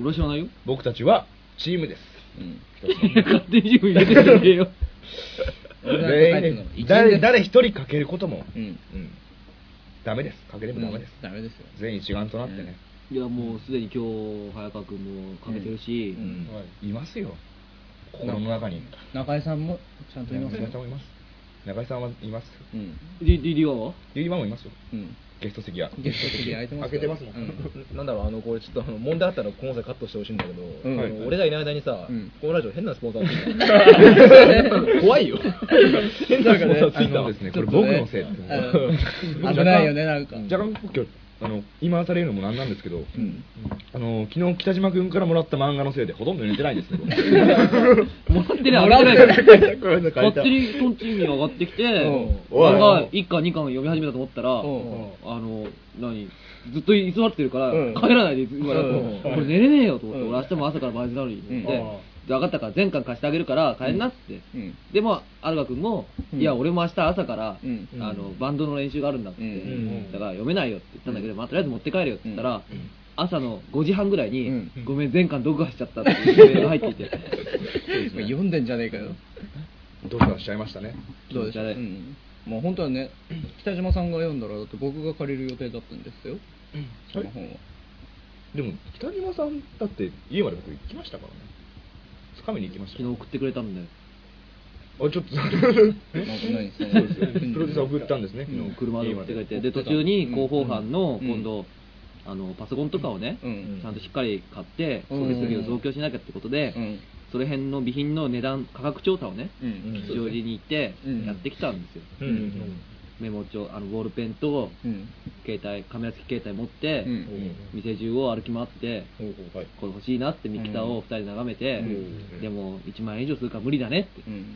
N: 俺は知らないよ
C: 僕たちはチームです。
A: うん。
N: 勝手に自分入れてくれよ
A: 俺らの
C: 全員誰誰一人かけることも、
A: うん。
C: うんダメです。かければダメです。
A: ダメですよ。
C: 全員一丸となってね。
N: いやもうすでに今日早川君もかけてるし、
A: うん
C: いますよ。心の中に。
A: 中井さんもちゃんといますよ
C: 中井さん。もいます。中井さんはいます。
A: うん。
N: リリリワンは
C: ユリマンもいますよ。
A: うん。
C: ゲスト席が。
A: ゲスト席空いてます
C: 開けてますも
A: も
C: ん
A: ん。
D: なんだろうあのこれちょっとあの問題あったらこの際カットしてほしいんだけど、
A: ん
D: あの俺がいない間にさ、
A: うん
D: このラジオ変な
C: [laughs]
D: スポンサーつい
N: [laughs]
A: うん
D: た怖いよ変なスポンサーついた
C: そう
D: わ
C: ですねこれ僕のせいです
A: うん危ないよね、なんか。
C: 若干今日あの今当たれるのもなんなんですけど、
A: うん。
C: あの昨日北島君からもらった漫画のせいでほとんど寝てないんですけ
A: [laughs]
C: ど
N: もらってりゃ上がってないから
C: [laughs] こういうの書いた
N: 勝手にトンチンに上がってきて
A: うん
C: おい
N: 俺が1巻2巻読み始めたと思ったらあ
A: うん
N: の何ずっと居座ってるから
A: うん
N: 帰らないで今だと
A: うん
N: 俺寝れねえよと思っ
A: う
N: て
A: ん
N: 俺明日も朝からバイトなのにと思って
A: うん
N: じゃあ分かったから全巻貸してあげるから帰んなっつって
A: うん。
N: でもアルガ君も
A: うん
N: いや俺も明日朝から
A: うん
N: あのバンドの練習があるんだっつって
A: うん
N: だから読めないよって言ったんだけどまあとりあえず持って帰るよって言った
A: う
N: ら朝の5時半ぐらいに、
A: うん [laughs]
D: [laughs]
N: ごめん、全巻読破しちゃったっていうメールが入っていて、
A: 読んでんじゃねえかよ。
C: どうかしちゃいましたね
A: どうでしたね、もう本当はね [clears throat] 北島さんが読んだらだって僕が借りる予定だったんですよ、その本を
C: でも北島さんだって家まで僕行きましたからねつかみに行きました
N: 昨日送ってくれたんだよ
C: あちょっと [laughs]
A: ないですね
C: そうですよプロデューサー送ったんですね昨日
N: 車で
C: 家
N: 持
C: ま
N: って
C: で
N: 帰ってで途中に広報班の今度、あのパソコンとかをね、
A: うん
N: ちゃんとしっかり買って設
A: うん
N: 備を増強しなきゃってことで、
A: うん
N: それ辺の備品の値段価格調査をね、
A: うん
N: 吉祥寺に行って
A: うん
N: やってきたんですよ、
C: うんうん
N: メモ帳あのボールペンと
A: うん
N: 携帯カメラ付き携帯持って、
A: うん
N: 店中を歩き回って、これ欲しいなって三木田を2人眺めて、
A: うん
N: でも1万円以上するから無理だねって
A: うん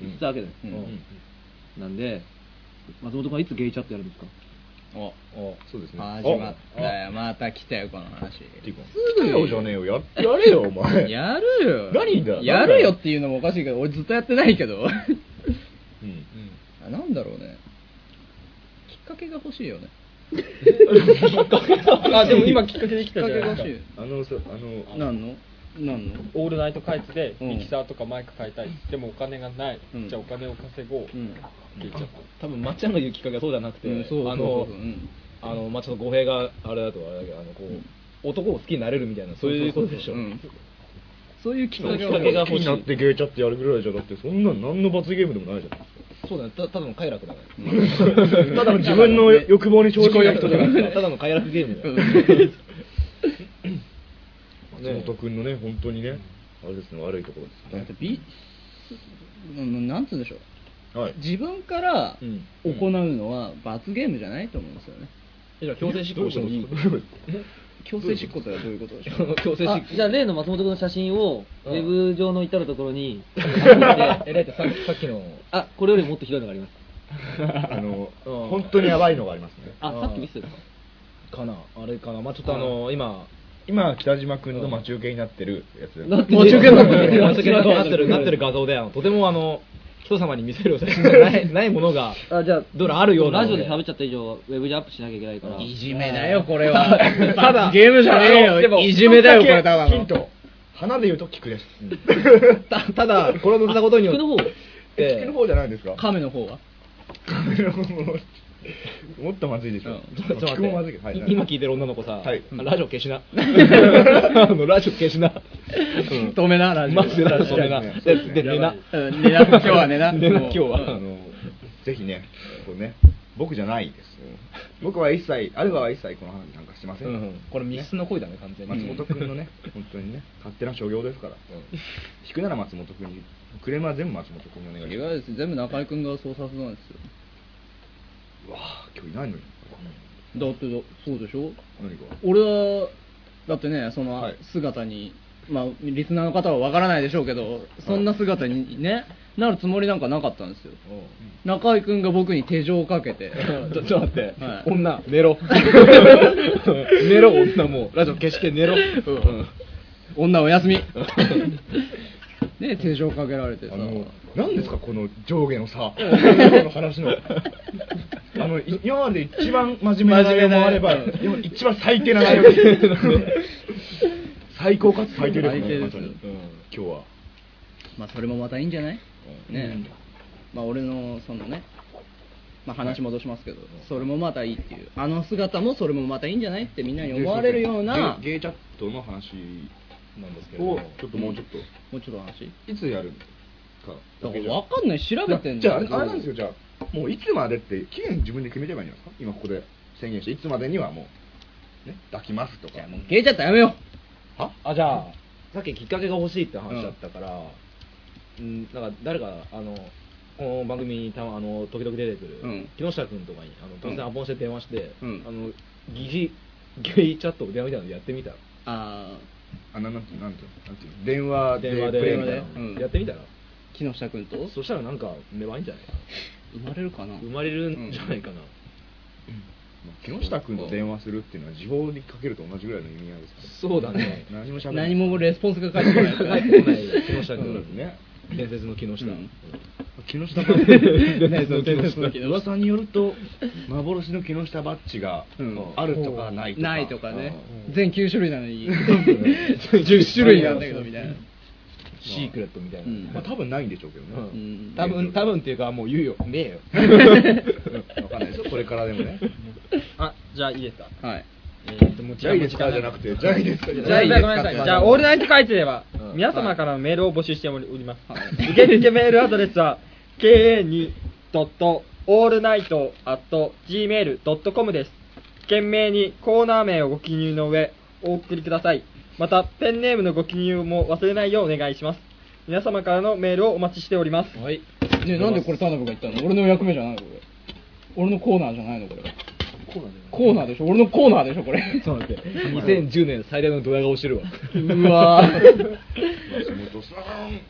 N: 言ってたわけだよ、
A: うんうん
N: なんで松本君はいつゲイチャットやるんですか
A: お
C: おそうですね
A: 始まったよまた来たよこの話
C: すぐよじゃねえよややれよお前
A: やるよ
C: 何だ
A: やるよっていうのもおかしいけど俺ずっとやってないけど [laughs]
C: うん
A: あなんだろうねきっかけが欲しいよね
D: [laughs]
L: あでも今きっかけできたじゃない
A: きっかけが欲し
C: あのさあの
A: いなんのなんの
L: オールナイト開発で
A: うん
L: ミキサーとかマイク買いたい、でもお金がない、
A: うん
L: じゃあお金を稼ごう、
A: うん
L: 聞いちゃっ
D: 多分松山の言うきっかけはそうじゃなくて、
A: うんそうそうそう
D: あの
A: うん
D: あのまあちょっと語弊があれだとあれだけどあのこう、男を好きになれるみたいなそういうことでしょ
A: うんそういうきっかけ
D: そういうきっかけが
C: 好きになってゲーチャってやるぐらいじゃだってそんなん何の罰ゲームでもないじゃん
D: そうだねたただの快楽だね
C: ただの自分の欲望に正直な人じゃない
D: ただの快楽ゲームだよ
C: 松本君のね本当にねあれですね悪いところ
A: だっ
C: で
A: て
C: す
A: ビうんなんつうんでしょう
C: ねはい
A: 自分から
D: うん
A: 行うのは罰ゲームじゃないと思うんですよね
D: じゃあ強制執行してもいい
A: 強制執行とはどういうことでしょう
D: 強制執
N: あ
D: 行
N: じゃあ例の松本君の写真をウェブ上の至るところに
D: えだってささっきの
N: あこれよりもっとひどいのがあります
C: あの
D: うん
C: 本当にやばいのがありますね
N: あさっき見せてた
D: かなあれかなまあちょっとあの今
C: 今北島君の待ち受けになってるやつ
N: なって
A: もう中継だもんね
D: なってるなってる画像であのとてもあの人様に見せる写真じゃないないものが
N: あじゃあ
D: どれあるような
N: ラ
D: の
N: ジオで喋っちゃった以上ウェブにアップしなきゃいけないから
A: いじめだよこれはただゲームじゃねえよいじめだよこれただ
C: ヒン
A: の
C: ト花で言うと菊です
D: たただこれを載せたことによ
N: あ聞くの
D: っ
N: 方
C: 菊
D: て
C: の方じゃないですか
A: 亀の方は
C: [laughs] もっとまずいでしょ
D: ちょっと待って
C: 菊もまずいけどはいはい
D: 今聞いてる女の子さ、
C: はい
D: ラジオ消
C: [laughs]
D: しなあのラジオ消しな
A: 止めなラジオ
D: マジでラジオ消
C: そうです
D: な
C: ね
D: でで寝な
A: うん寝な今日は寝な
D: [laughs] 寝な
A: もう
D: 今日は
C: あのぜひね、これね、僕じゃないですよ。僕は一切、あればは一切この話なんかしません。
D: これ密室の恋だね完 [laughs] 全に
C: 松本君のね、本当にね、勝手な所業ですから。引くなら松本君に、クレームは全部松本君にお願
A: い
C: いし
A: や
C: ます。
A: です全部中居君がそうさせたんですよ
C: うわあ今日いないのに。
A: だってだそうでしょ
C: 何か。
A: 俺はだってねそ
C: は
A: の
C: い
A: 姿に、まあリスナーの方はわからないでしょうけどそんな姿にね、なるつもりなんかなかったんですよ中居君が僕に手錠をかけて
D: ちょちょっと待って、
A: はい
D: 女寝ろ寝ろ女もうラジオ消して寝ろ、うん
A: 女お休み [laughs] ね手錠かけられてさ
C: あの、何ですか、この上下のさ、今の話の。あの、い今まで一番真面目な内容もあれば、今一番最低な内容
A: [laughs]
C: です。最高かつ最低です
A: 最低
C: ね、
A: で
C: 本
A: す
C: 当に。うん今日は。
A: まあそれもまたいいんじゃないねまあ俺のそのねまあ話戻しますけど、それもまたいいっていうあの姿もそれもまたいいんじゃないってみんなに思われるような
C: ゲゲイチャットの話なんですけどをちょっともうちょっと、
A: もうちょっと話
C: いつやるか
A: だから分かんない調べてん
C: じゃああれあれなんですよじゃあもういつまでって期限自分で決めればいいんじゃないですか今ここで宣言していつまでにはもう、ね、抱きますとか
A: もう消えちゃったらやめよ
C: は
D: あじゃあさっききっかけが欲しいって話だったから、うん、なんか誰かあのこの番組にたまあの時々出てくる、
A: うん
D: 木下君とかにあの突然アポンして電話して、
A: うん
D: あの疑似ゲイチャット電話みたいなのやってみたら
A: うあ
C: あななんていうのなんていうのなんていうの電話で
D: 電話
C: プレイ
D: で
C: みたいな
A: うん
D: やってみたら、
A: ー木下君と
D: そしたらなんか芽生えんじゃないかな
A: 生まれるかな
D: 生まれるんじゃないかな、
C: 木下君と電話するっていうのは時報にかけると同じぐらいの意味合いですから
D: そうだね
C: 何もしゃべ
A: 何もレスポンスが返ってこない
D: 帰ってこない木下
C: そうで
D: 君
C: すね
D: 伝説の木
A: [laughs]
D: 下、
A: うん
C: 木下バッジ
A: ねその木下バッジ
C: 噂によると幻の木下バッジが
A: うん
C: あるとかないとか
A: ないとかね
C: う
A: [laughs]
C: ん
A: 全9種類なのに10種類なんだけどみたいな
D: シークレットみたいな、
C: まあ多分ないんでしょうけど
D: う
C: ね。
D: ん多分多分っていうかもう言うよ [laughs] ねえよ
C: わかんないですよ、これからでもね。
L: あ、じゃあいいですか。
A: はい。
L: えーと、もう
C: ジャイですかじゃなくて、ジャイですかじゃ
L: じゃあ、ごめんなさい。じゃあ、オールナイト会
C: 会。
L: では、皆様からのメールを募集しております。受付メールアドレスは、ka2.allnight.gmail.com です。懸命にコーナー名をご記入の上、お送りください。また、ペンネームのご記入も忘れないようお願いします。皆様からのメールをお待ちしております。
A: はい。ねえなんでこれ田辺が言ったの俺の役目じゃないのこれ。俺のコーナーじゃないのこれ。コーナーでしょ俺のコーナーでしょこれ。
D: ちょっと待って2010年最大のドヤ顔してるわ
A: うわぁ。
C: 松本さん、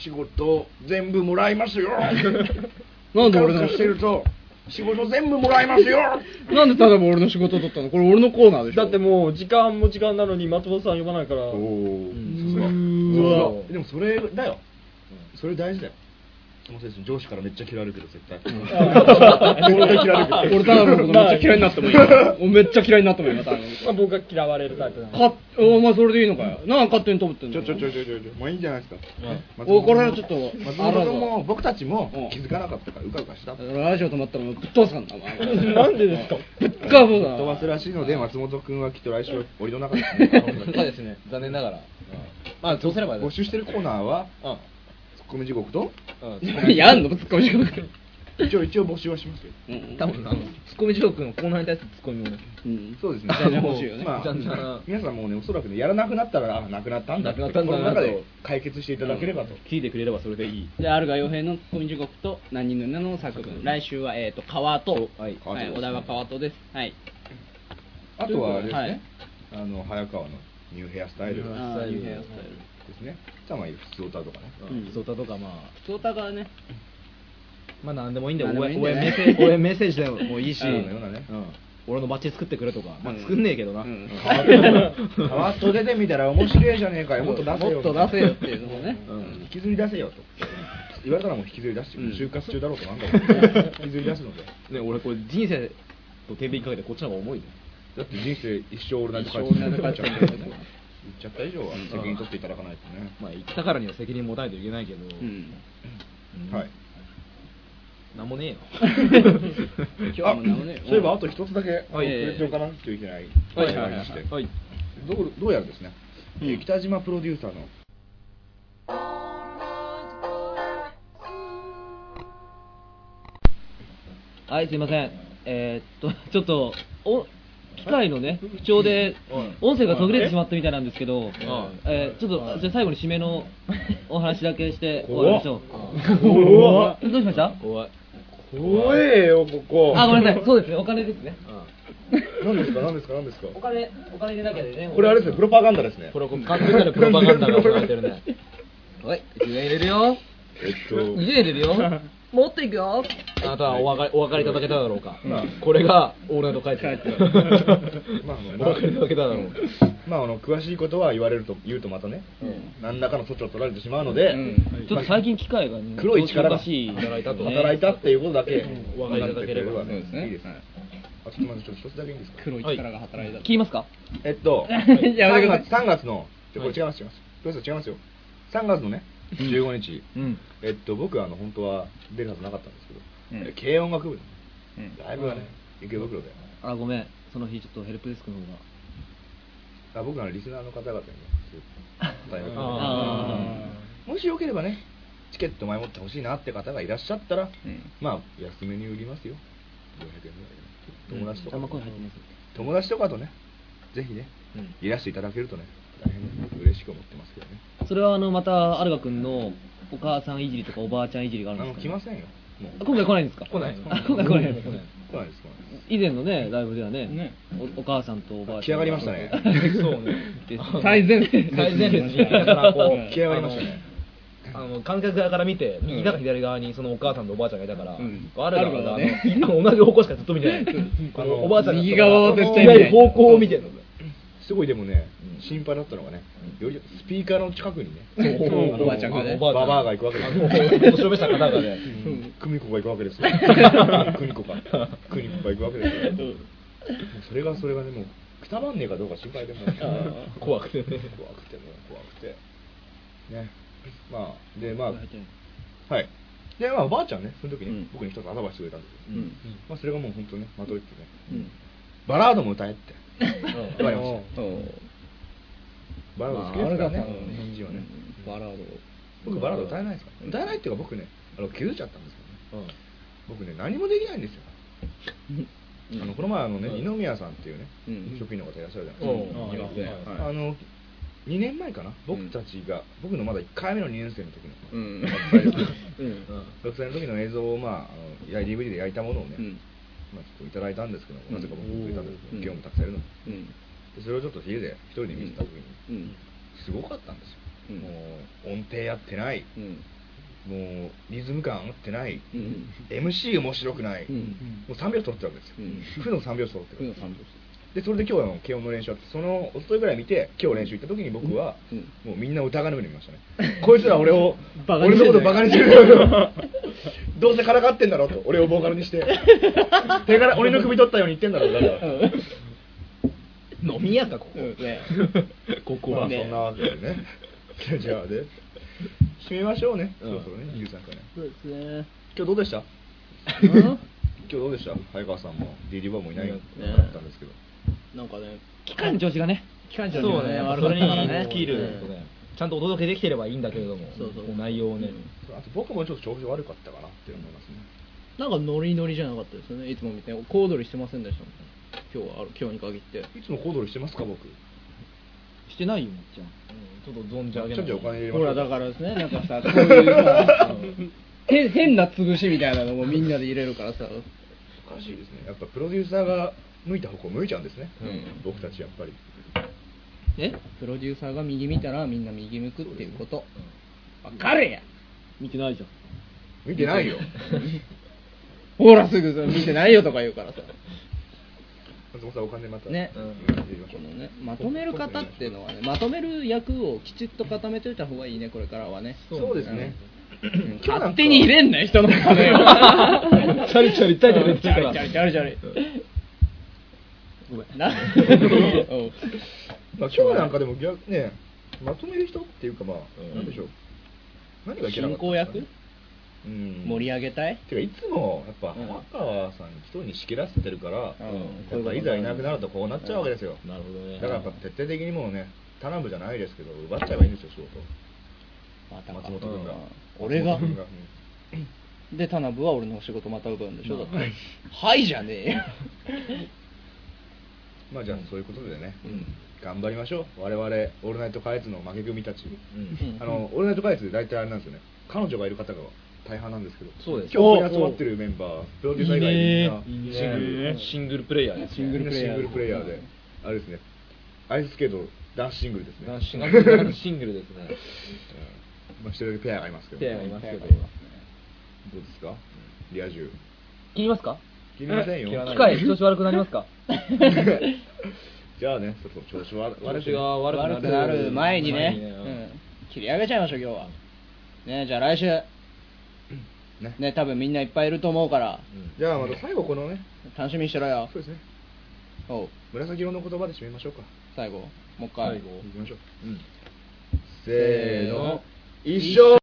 C: 仕事全部もらいますよ。
A: なんで俺の
C: うかうかしてると、仕事全部もらいますよ。
A: [laughs] なんでただ俺の仕事取ったのこれ俺のコーナーでしょ
L: だってもう、時間も時間なのに松本さん呼ばないから。
C: お
A: うわ
C: でもそれだよ。それ大事だよ。その選手上司からめっちゃ嫌われるけど絶対。俺が嫌われるけ
A: 俺
C: ど。
A: ただのことめっちゃ嫌いにな [laughs] ってもいいよ俺めっちゃ嫌いになってもいいよ、ただのこ
L: まあ、僕が嫌われるタイプなの
A: とかお前それでいいのかよ。なんか勝手に飛ぶってん
C: ち
A: の
C: ょちょちょちょちょもういいんじゃないですか。松
A: お
C: 本
A: これはちょっと
C: 松
A: あら
C: 本
A: ぞ
C: 君も僕たちも気づかなかったからうかうかした。
A: ラジオ止まったらぶっ飛ばすからな、お前
L: なんでですか
A: ぶっかぶだ
C: 飛ばすらしいので松本君はきっと来週檻の中で
D: そうですね残念ながらまあどうすればいい
C: [laughs] 募集してるコーナーはツッコミ地獄と
A: [laughs] やんのツッコミ仕事。
C: 一応一応募集はしますよ。
D: 多分あのツッコミ二郎君のコーナーに対するツッコミをね
A: うん
C: そうですね。
D: 欲しいよね
C: まあ
D: だんだん、
C: 皆さんもうね、おそらくね、やらなくなったら、あ、なくなったんだって、
D: なくなったんだなと
C: この中で解決していただければと。
D: 聞いてくれればそれでいい
A: で、あるが洋平のツッコミ時刻と何人の名の作文。来週は、えっと、川と、はい、
C: 川戸です
A: 小田は川とです。はい。
C: あとは、あれです
A: は
C: ね
A: い、
C: あの、早川のニューヘアスタイルで
A: ああ、洋平はスタイル。
C: すね。じゃあまあ、普通歌とかね。
A: うん
D: そうたとかまあ
A: 普通歌がね、
D: まあなんでもいいんだよ
A: なん
D: 応
A: で
D: 援
A: も
D: 応
A: いいんだ
D: 援メ
A: よ
D: ッセージ応援メッセージでもいいし
C: うんそうだよね
D: うん俺のバッジ作ってくれとかまあ作んねえけどな
C: 川と出てみたら面白いじゃねえかよ、もっと出せよ。
A: もっと出せよっていうのもね
C: うん。引きずり出せよと。言われたらもう引きずり出してくる、就活中だろうとなんだろう。引きずり出すので。
D: ね俺これ人生と天秤かけてこっちの方が重いね
C: だって人生一生俺なんて書い
A: 一生俺なんて書いて
C: 言
A: る
C: っちゃった以上は責任取っていただかないとね。
D: まあ言ったからには責任持たないといけないけど
A: うん。
D: うん
C: はい。
D: なんもね
A: [laughs]
D: えよ
A: 今日もなんもね
D: [laughs]
C: あそういえばあと一つだけ
A: はい
C: 触れておかなきゃいけない
D: はい
C: がありまして
D: はい
C: どうどうやらですね、
A: うん
C: 北島プロデューサーの
N: はい、すいません。えーっと、ち [laughs] ょっと、お、機械のね、不調で、音声が途切れてしまったみたいなんですけど、えーちょっと、じゃあ最後に締め
D: [laughs]
N: のお話だけして終わりましょ
C: 怖っ
N: う。どうしました
D: 怖い
C: 怖えよここ
N: あ、ごめんなさい。そうですね、お金ですね。
C: 何ですか何ですか何ですか
N: お金、お金でなきゃでね。
C: これあれですねプロパガンダですね
D: これはこう完全なるプロパガンダが行われてるね
N: [laughs] はい、1円入れるよ。
C: えっと
N: 1円入れ [laughs] るよ。持っていくよ。
D: あなたはお分かりお分かりいただけただろうか
C: まあ
D: これがオーナーと書いてある [laughs]
C: まあまあ
D: お分かりいただけた
N: [laughs]
D: だろう
C: まああの詳しいことは言われると言うとまたね、何らかの措置を取られてしまうので、
N: ちょっと最近機械がね、
C: 黒い力が
N: 調子おかしい
D: 働いたと
C: 働いたっていうことだけ
D: お分かりいただければ
C: 分かってくれねいいですね、あちょっとまずちょっと一つだけいいですか
A: 黒い力が働いた。
N: 聞きますか
C: えっと、
A: いややめて
C: 3
A: くだ
C: 月
A: さい
C: 3月の、いやこれ違います、違います、プロレス違いますよ、3月のね、15日、
D: うん
C: えっと、僕はあの本当は出るはずなかったんですけど、
A: うん
C: え軽音楽部で、
A: うん
C: ライブがね、池袋で、
N: あ、ごめん。その日ちょっとヘルプデスクの方が。
C: あ僕らのリスナーの方々にね、そういう
N: あ
C: もしよければね、チケット前もってほしいなって方がいらっしゃったら、
A: うん
C: まあ、安めに売りますよ、500円ぐらいで、友達とか
N: あんま
C: と、
N: 声入ってないです。
C: 友達とかとね、ぜひね、
D: うん
C: いらしていただけるとね、大変嬉しく思ってますけどね。
N: それはあのまたアルガ君のお母さんいじりとかおばあちゃんいじりがあ
C: あ
N: るんで
C: の
N: すか、
C: 来ませんよ。もう
N: 今回来ないんですか
D: 来ないです
N: あ今回来ないです
C: 来ないです、来ないです。
N: 以前のねライブではね
A: ね
N: おお母さんとおばあちゃん
C: 来上がりましたね。
D: そう [laughs] ね
N: です
A: 最前列。
D: 最前列にだから
C: [laughs]
D: こう
C: 起き上がりましたね
D: あのあの観客側から見て右側左側にそのお母さんとおばあちゃんがいたから、
A: うん
D: ある
A: ある
D: が
A: 側
D: あ
A: ね
D: の同じ方向しかずっと見てないあのおばあちゃんが
A: 右側を絶対見
D: 見
A: ない
D: ない方向を見てるの
C: すごいでもね、心配だったのがね、よりスピーカーの近くにね、
A: [laughs] おばあちゃんがね
D: お
C: バ
D: ばあちゃん
C: バアが行くわけですよ。
D: 年上した方がね
C: うん久美子が行くわけ
A: [laughs]
C: ですよ。久美子が。久美子が行くわけですよ。もうそれがそれがね、もう、くたばんねえかどうか心配でもう、怖
D: 怖くてね
C: くてもう、怖くて。ねまあでまあはいでまあおばあちゃんねその時に僕に一つアドバイスをくれたんですよ、
A: うん
C: まあ、それがもう本当ねまといってね、
A: うん
C: バラードも歌えって言われまし
A: お
C: た
A: う
C: バラード好きですからね
A: まああれだな
C: 返事はね
A: バラード
C: 僕バラード歌えないですから歌えないっていうか僕ねあの気づいちゃったんですけどね、僕ね何もできないんですよあのこの前あのね、
A: うん
C: 二宮さんっていうね、
A: うん
C: 職員の方いらっしゃるじゃないですか、
A: うんいますねはい
C: あの2年前かな僕たちが、僕のまだ1回目の2年生の時の、
A: うんうん
C: 学生の時の映像を、まあ、あのや DVD で焼いたものをね、
A: うん
C: まあ、ちょっといただいたんですけど、
A: うん
C: なぜか僕もくれたんですけ
A: う
C: ど、
A: ん
C: 今日もたくさんいるので
A: うん
C: でそれをちょっと家で一人で見てた時に、
A: うん
C: すごかったんですよ、
A: うん
C: もう音程やってない、
A: うん
C: もうリズム感合ってない、
A: うん
C: MC 面白くない、
A: うん
C: もう3秒取ってるわけですよ、
A: うん
C: 負の3秒取って
A: 負
C: る
A: の三拍子
C: でそれで今日の慶応の練習あってそのおとといぐらい見て今日練習行った時に僕は、もうみんな疑うの目で見ましたねこいつら俺を
A: バカに
C: 俺
A: してんだよ
C: のことバカにしてるよどうせからかってんだろうと俺をボーカルにして手から俺の首取ったように言ってんだろうだから
A: 飲み屋かここね
C: [laughs] ここは、まあそんなわけでね [laughs] じゃあね締めましょうね、
A: うん
C: そろそろねゆうさんからね
A: そうですね
C: 今日どうでした今日どうでした早川さんも DD バーもいないかったんですけど、
A: [laughs] なんかね
N: 期間の調子がね
A: 機関
D: そう
A: 長が
D: ね、
A: ね
D: まあ
A: 悪
D: そ
A: かっ
D: れ
A: たから
D: に
A: ね
D: 尽きる、
A: うん
D: ちゃんとお届けできてればいいんだけれども、
A: そうそう
D: こ内容をね、
C: あと僕もちょっと調子悪かったかなって思いますね
A: なんかノリノリじゃなかったですよねいつも見て小躍りしてませんでしたもん今日はある今日に限って
C: いつも小躍りしてますか僕
N: してないよもっちゃん
D: ちょっと存じ上げ
C: ちょっとお金入れま
A: ほ
C: しょ
A: ら
C: う
A: だからですねなんか
C: [laughs]
A: さこういうさ変変な潰しみたいなのもみんなで入れるからさ
C: おかしいですねやっぱプロデューサーが向いた方向向いちゃうんですね、
A: うん
C: 僕たちやっぱり
N: え
A: プロデューサーが右見たらみんな右向くっていうことわかるや
N: 見てないじゃん
C: 見てないよ
A: [laughs] ほらすぐさ見てないよとか言うからさ
C: 松本さんお金また
A: ね
C: うん入れましょ
A: こ
C: う
A: のねまとめる方っていうのはねまとめる役をきちっと固めておいた方がいいねこれからはね
C: そうですね
A: うん
C: 今日なんか
A: 勝手に入れんなよ人の
C: [laughs]
A: 金を
D: チャリチャリチャリチャ
A: チャリ
D: リ
A: チャリチャリチャリごめんな
C: [laughs]
A: うん
C: まあ、今日なんかでも逆ねまとめる人っていうかまあ、なんでしょう何がいけなかった
A: 進行役
C: うん
A: 盛り上げたい
C: てかいつもやっぱ
A: うん
C: 浜川さん一人に仕切らせてるから、
A: うん
C: やっぱいざいなくなるとこうなっちゃうわけですよ、
D: うんなるほどね
C: だからやっぱ徹底的にもうね田辺じゃないですけど奪っちゃえばいいんですよ仕
A: また
C: 事
A: か
C: 松本君が
A: うん俺が
C: 松本君が
A: で田辺は俺のお仕事また奪うんでしょだってはいじゃねえよ
C: まあじゃあそういうことでね、
A: うん
C: 頑張りましょう我々オールナイトカエツの負け組たち、
A: ん
C: あのオールナイトカエツで大体あれなんですよね彼女がいる方が大半なんですけど
D: そうです
C: 今日ここに集まってるメンバープロデューサー以外みんなシングル
D: シングルプレイヤーです、ね、
C: シングルプレイヤーで、あれですね、アイススケート男子シングルですね。
D: 男子シングル男子シングルですね、
C: まあ一人だけペアがいますけど。
D: ペアがいますけど、
C: どうですか？リア充。
N: 切りますか
C: 切りませんよ。
N: 機械調子悪くなり
C: [laughs]
N: ますか
C: じゃあね、ちょっと調子悪
D: 調子が悪くな
A: 悪
D: る
A: くなる前にね
D: 前にねうん
A: うん切り上げちゃいましょう今日はねじゃあ来週
C: ね。
A: ね多分みんないっぱいいると思うから
C: じゃあまた最後このね、
A: 楽しみにしてろよ
C: そうですね。
A: おう
C: 紫色の言葉で締めましょうか。
A: 最後もう一回
C: 行きましょう。せーの、一生。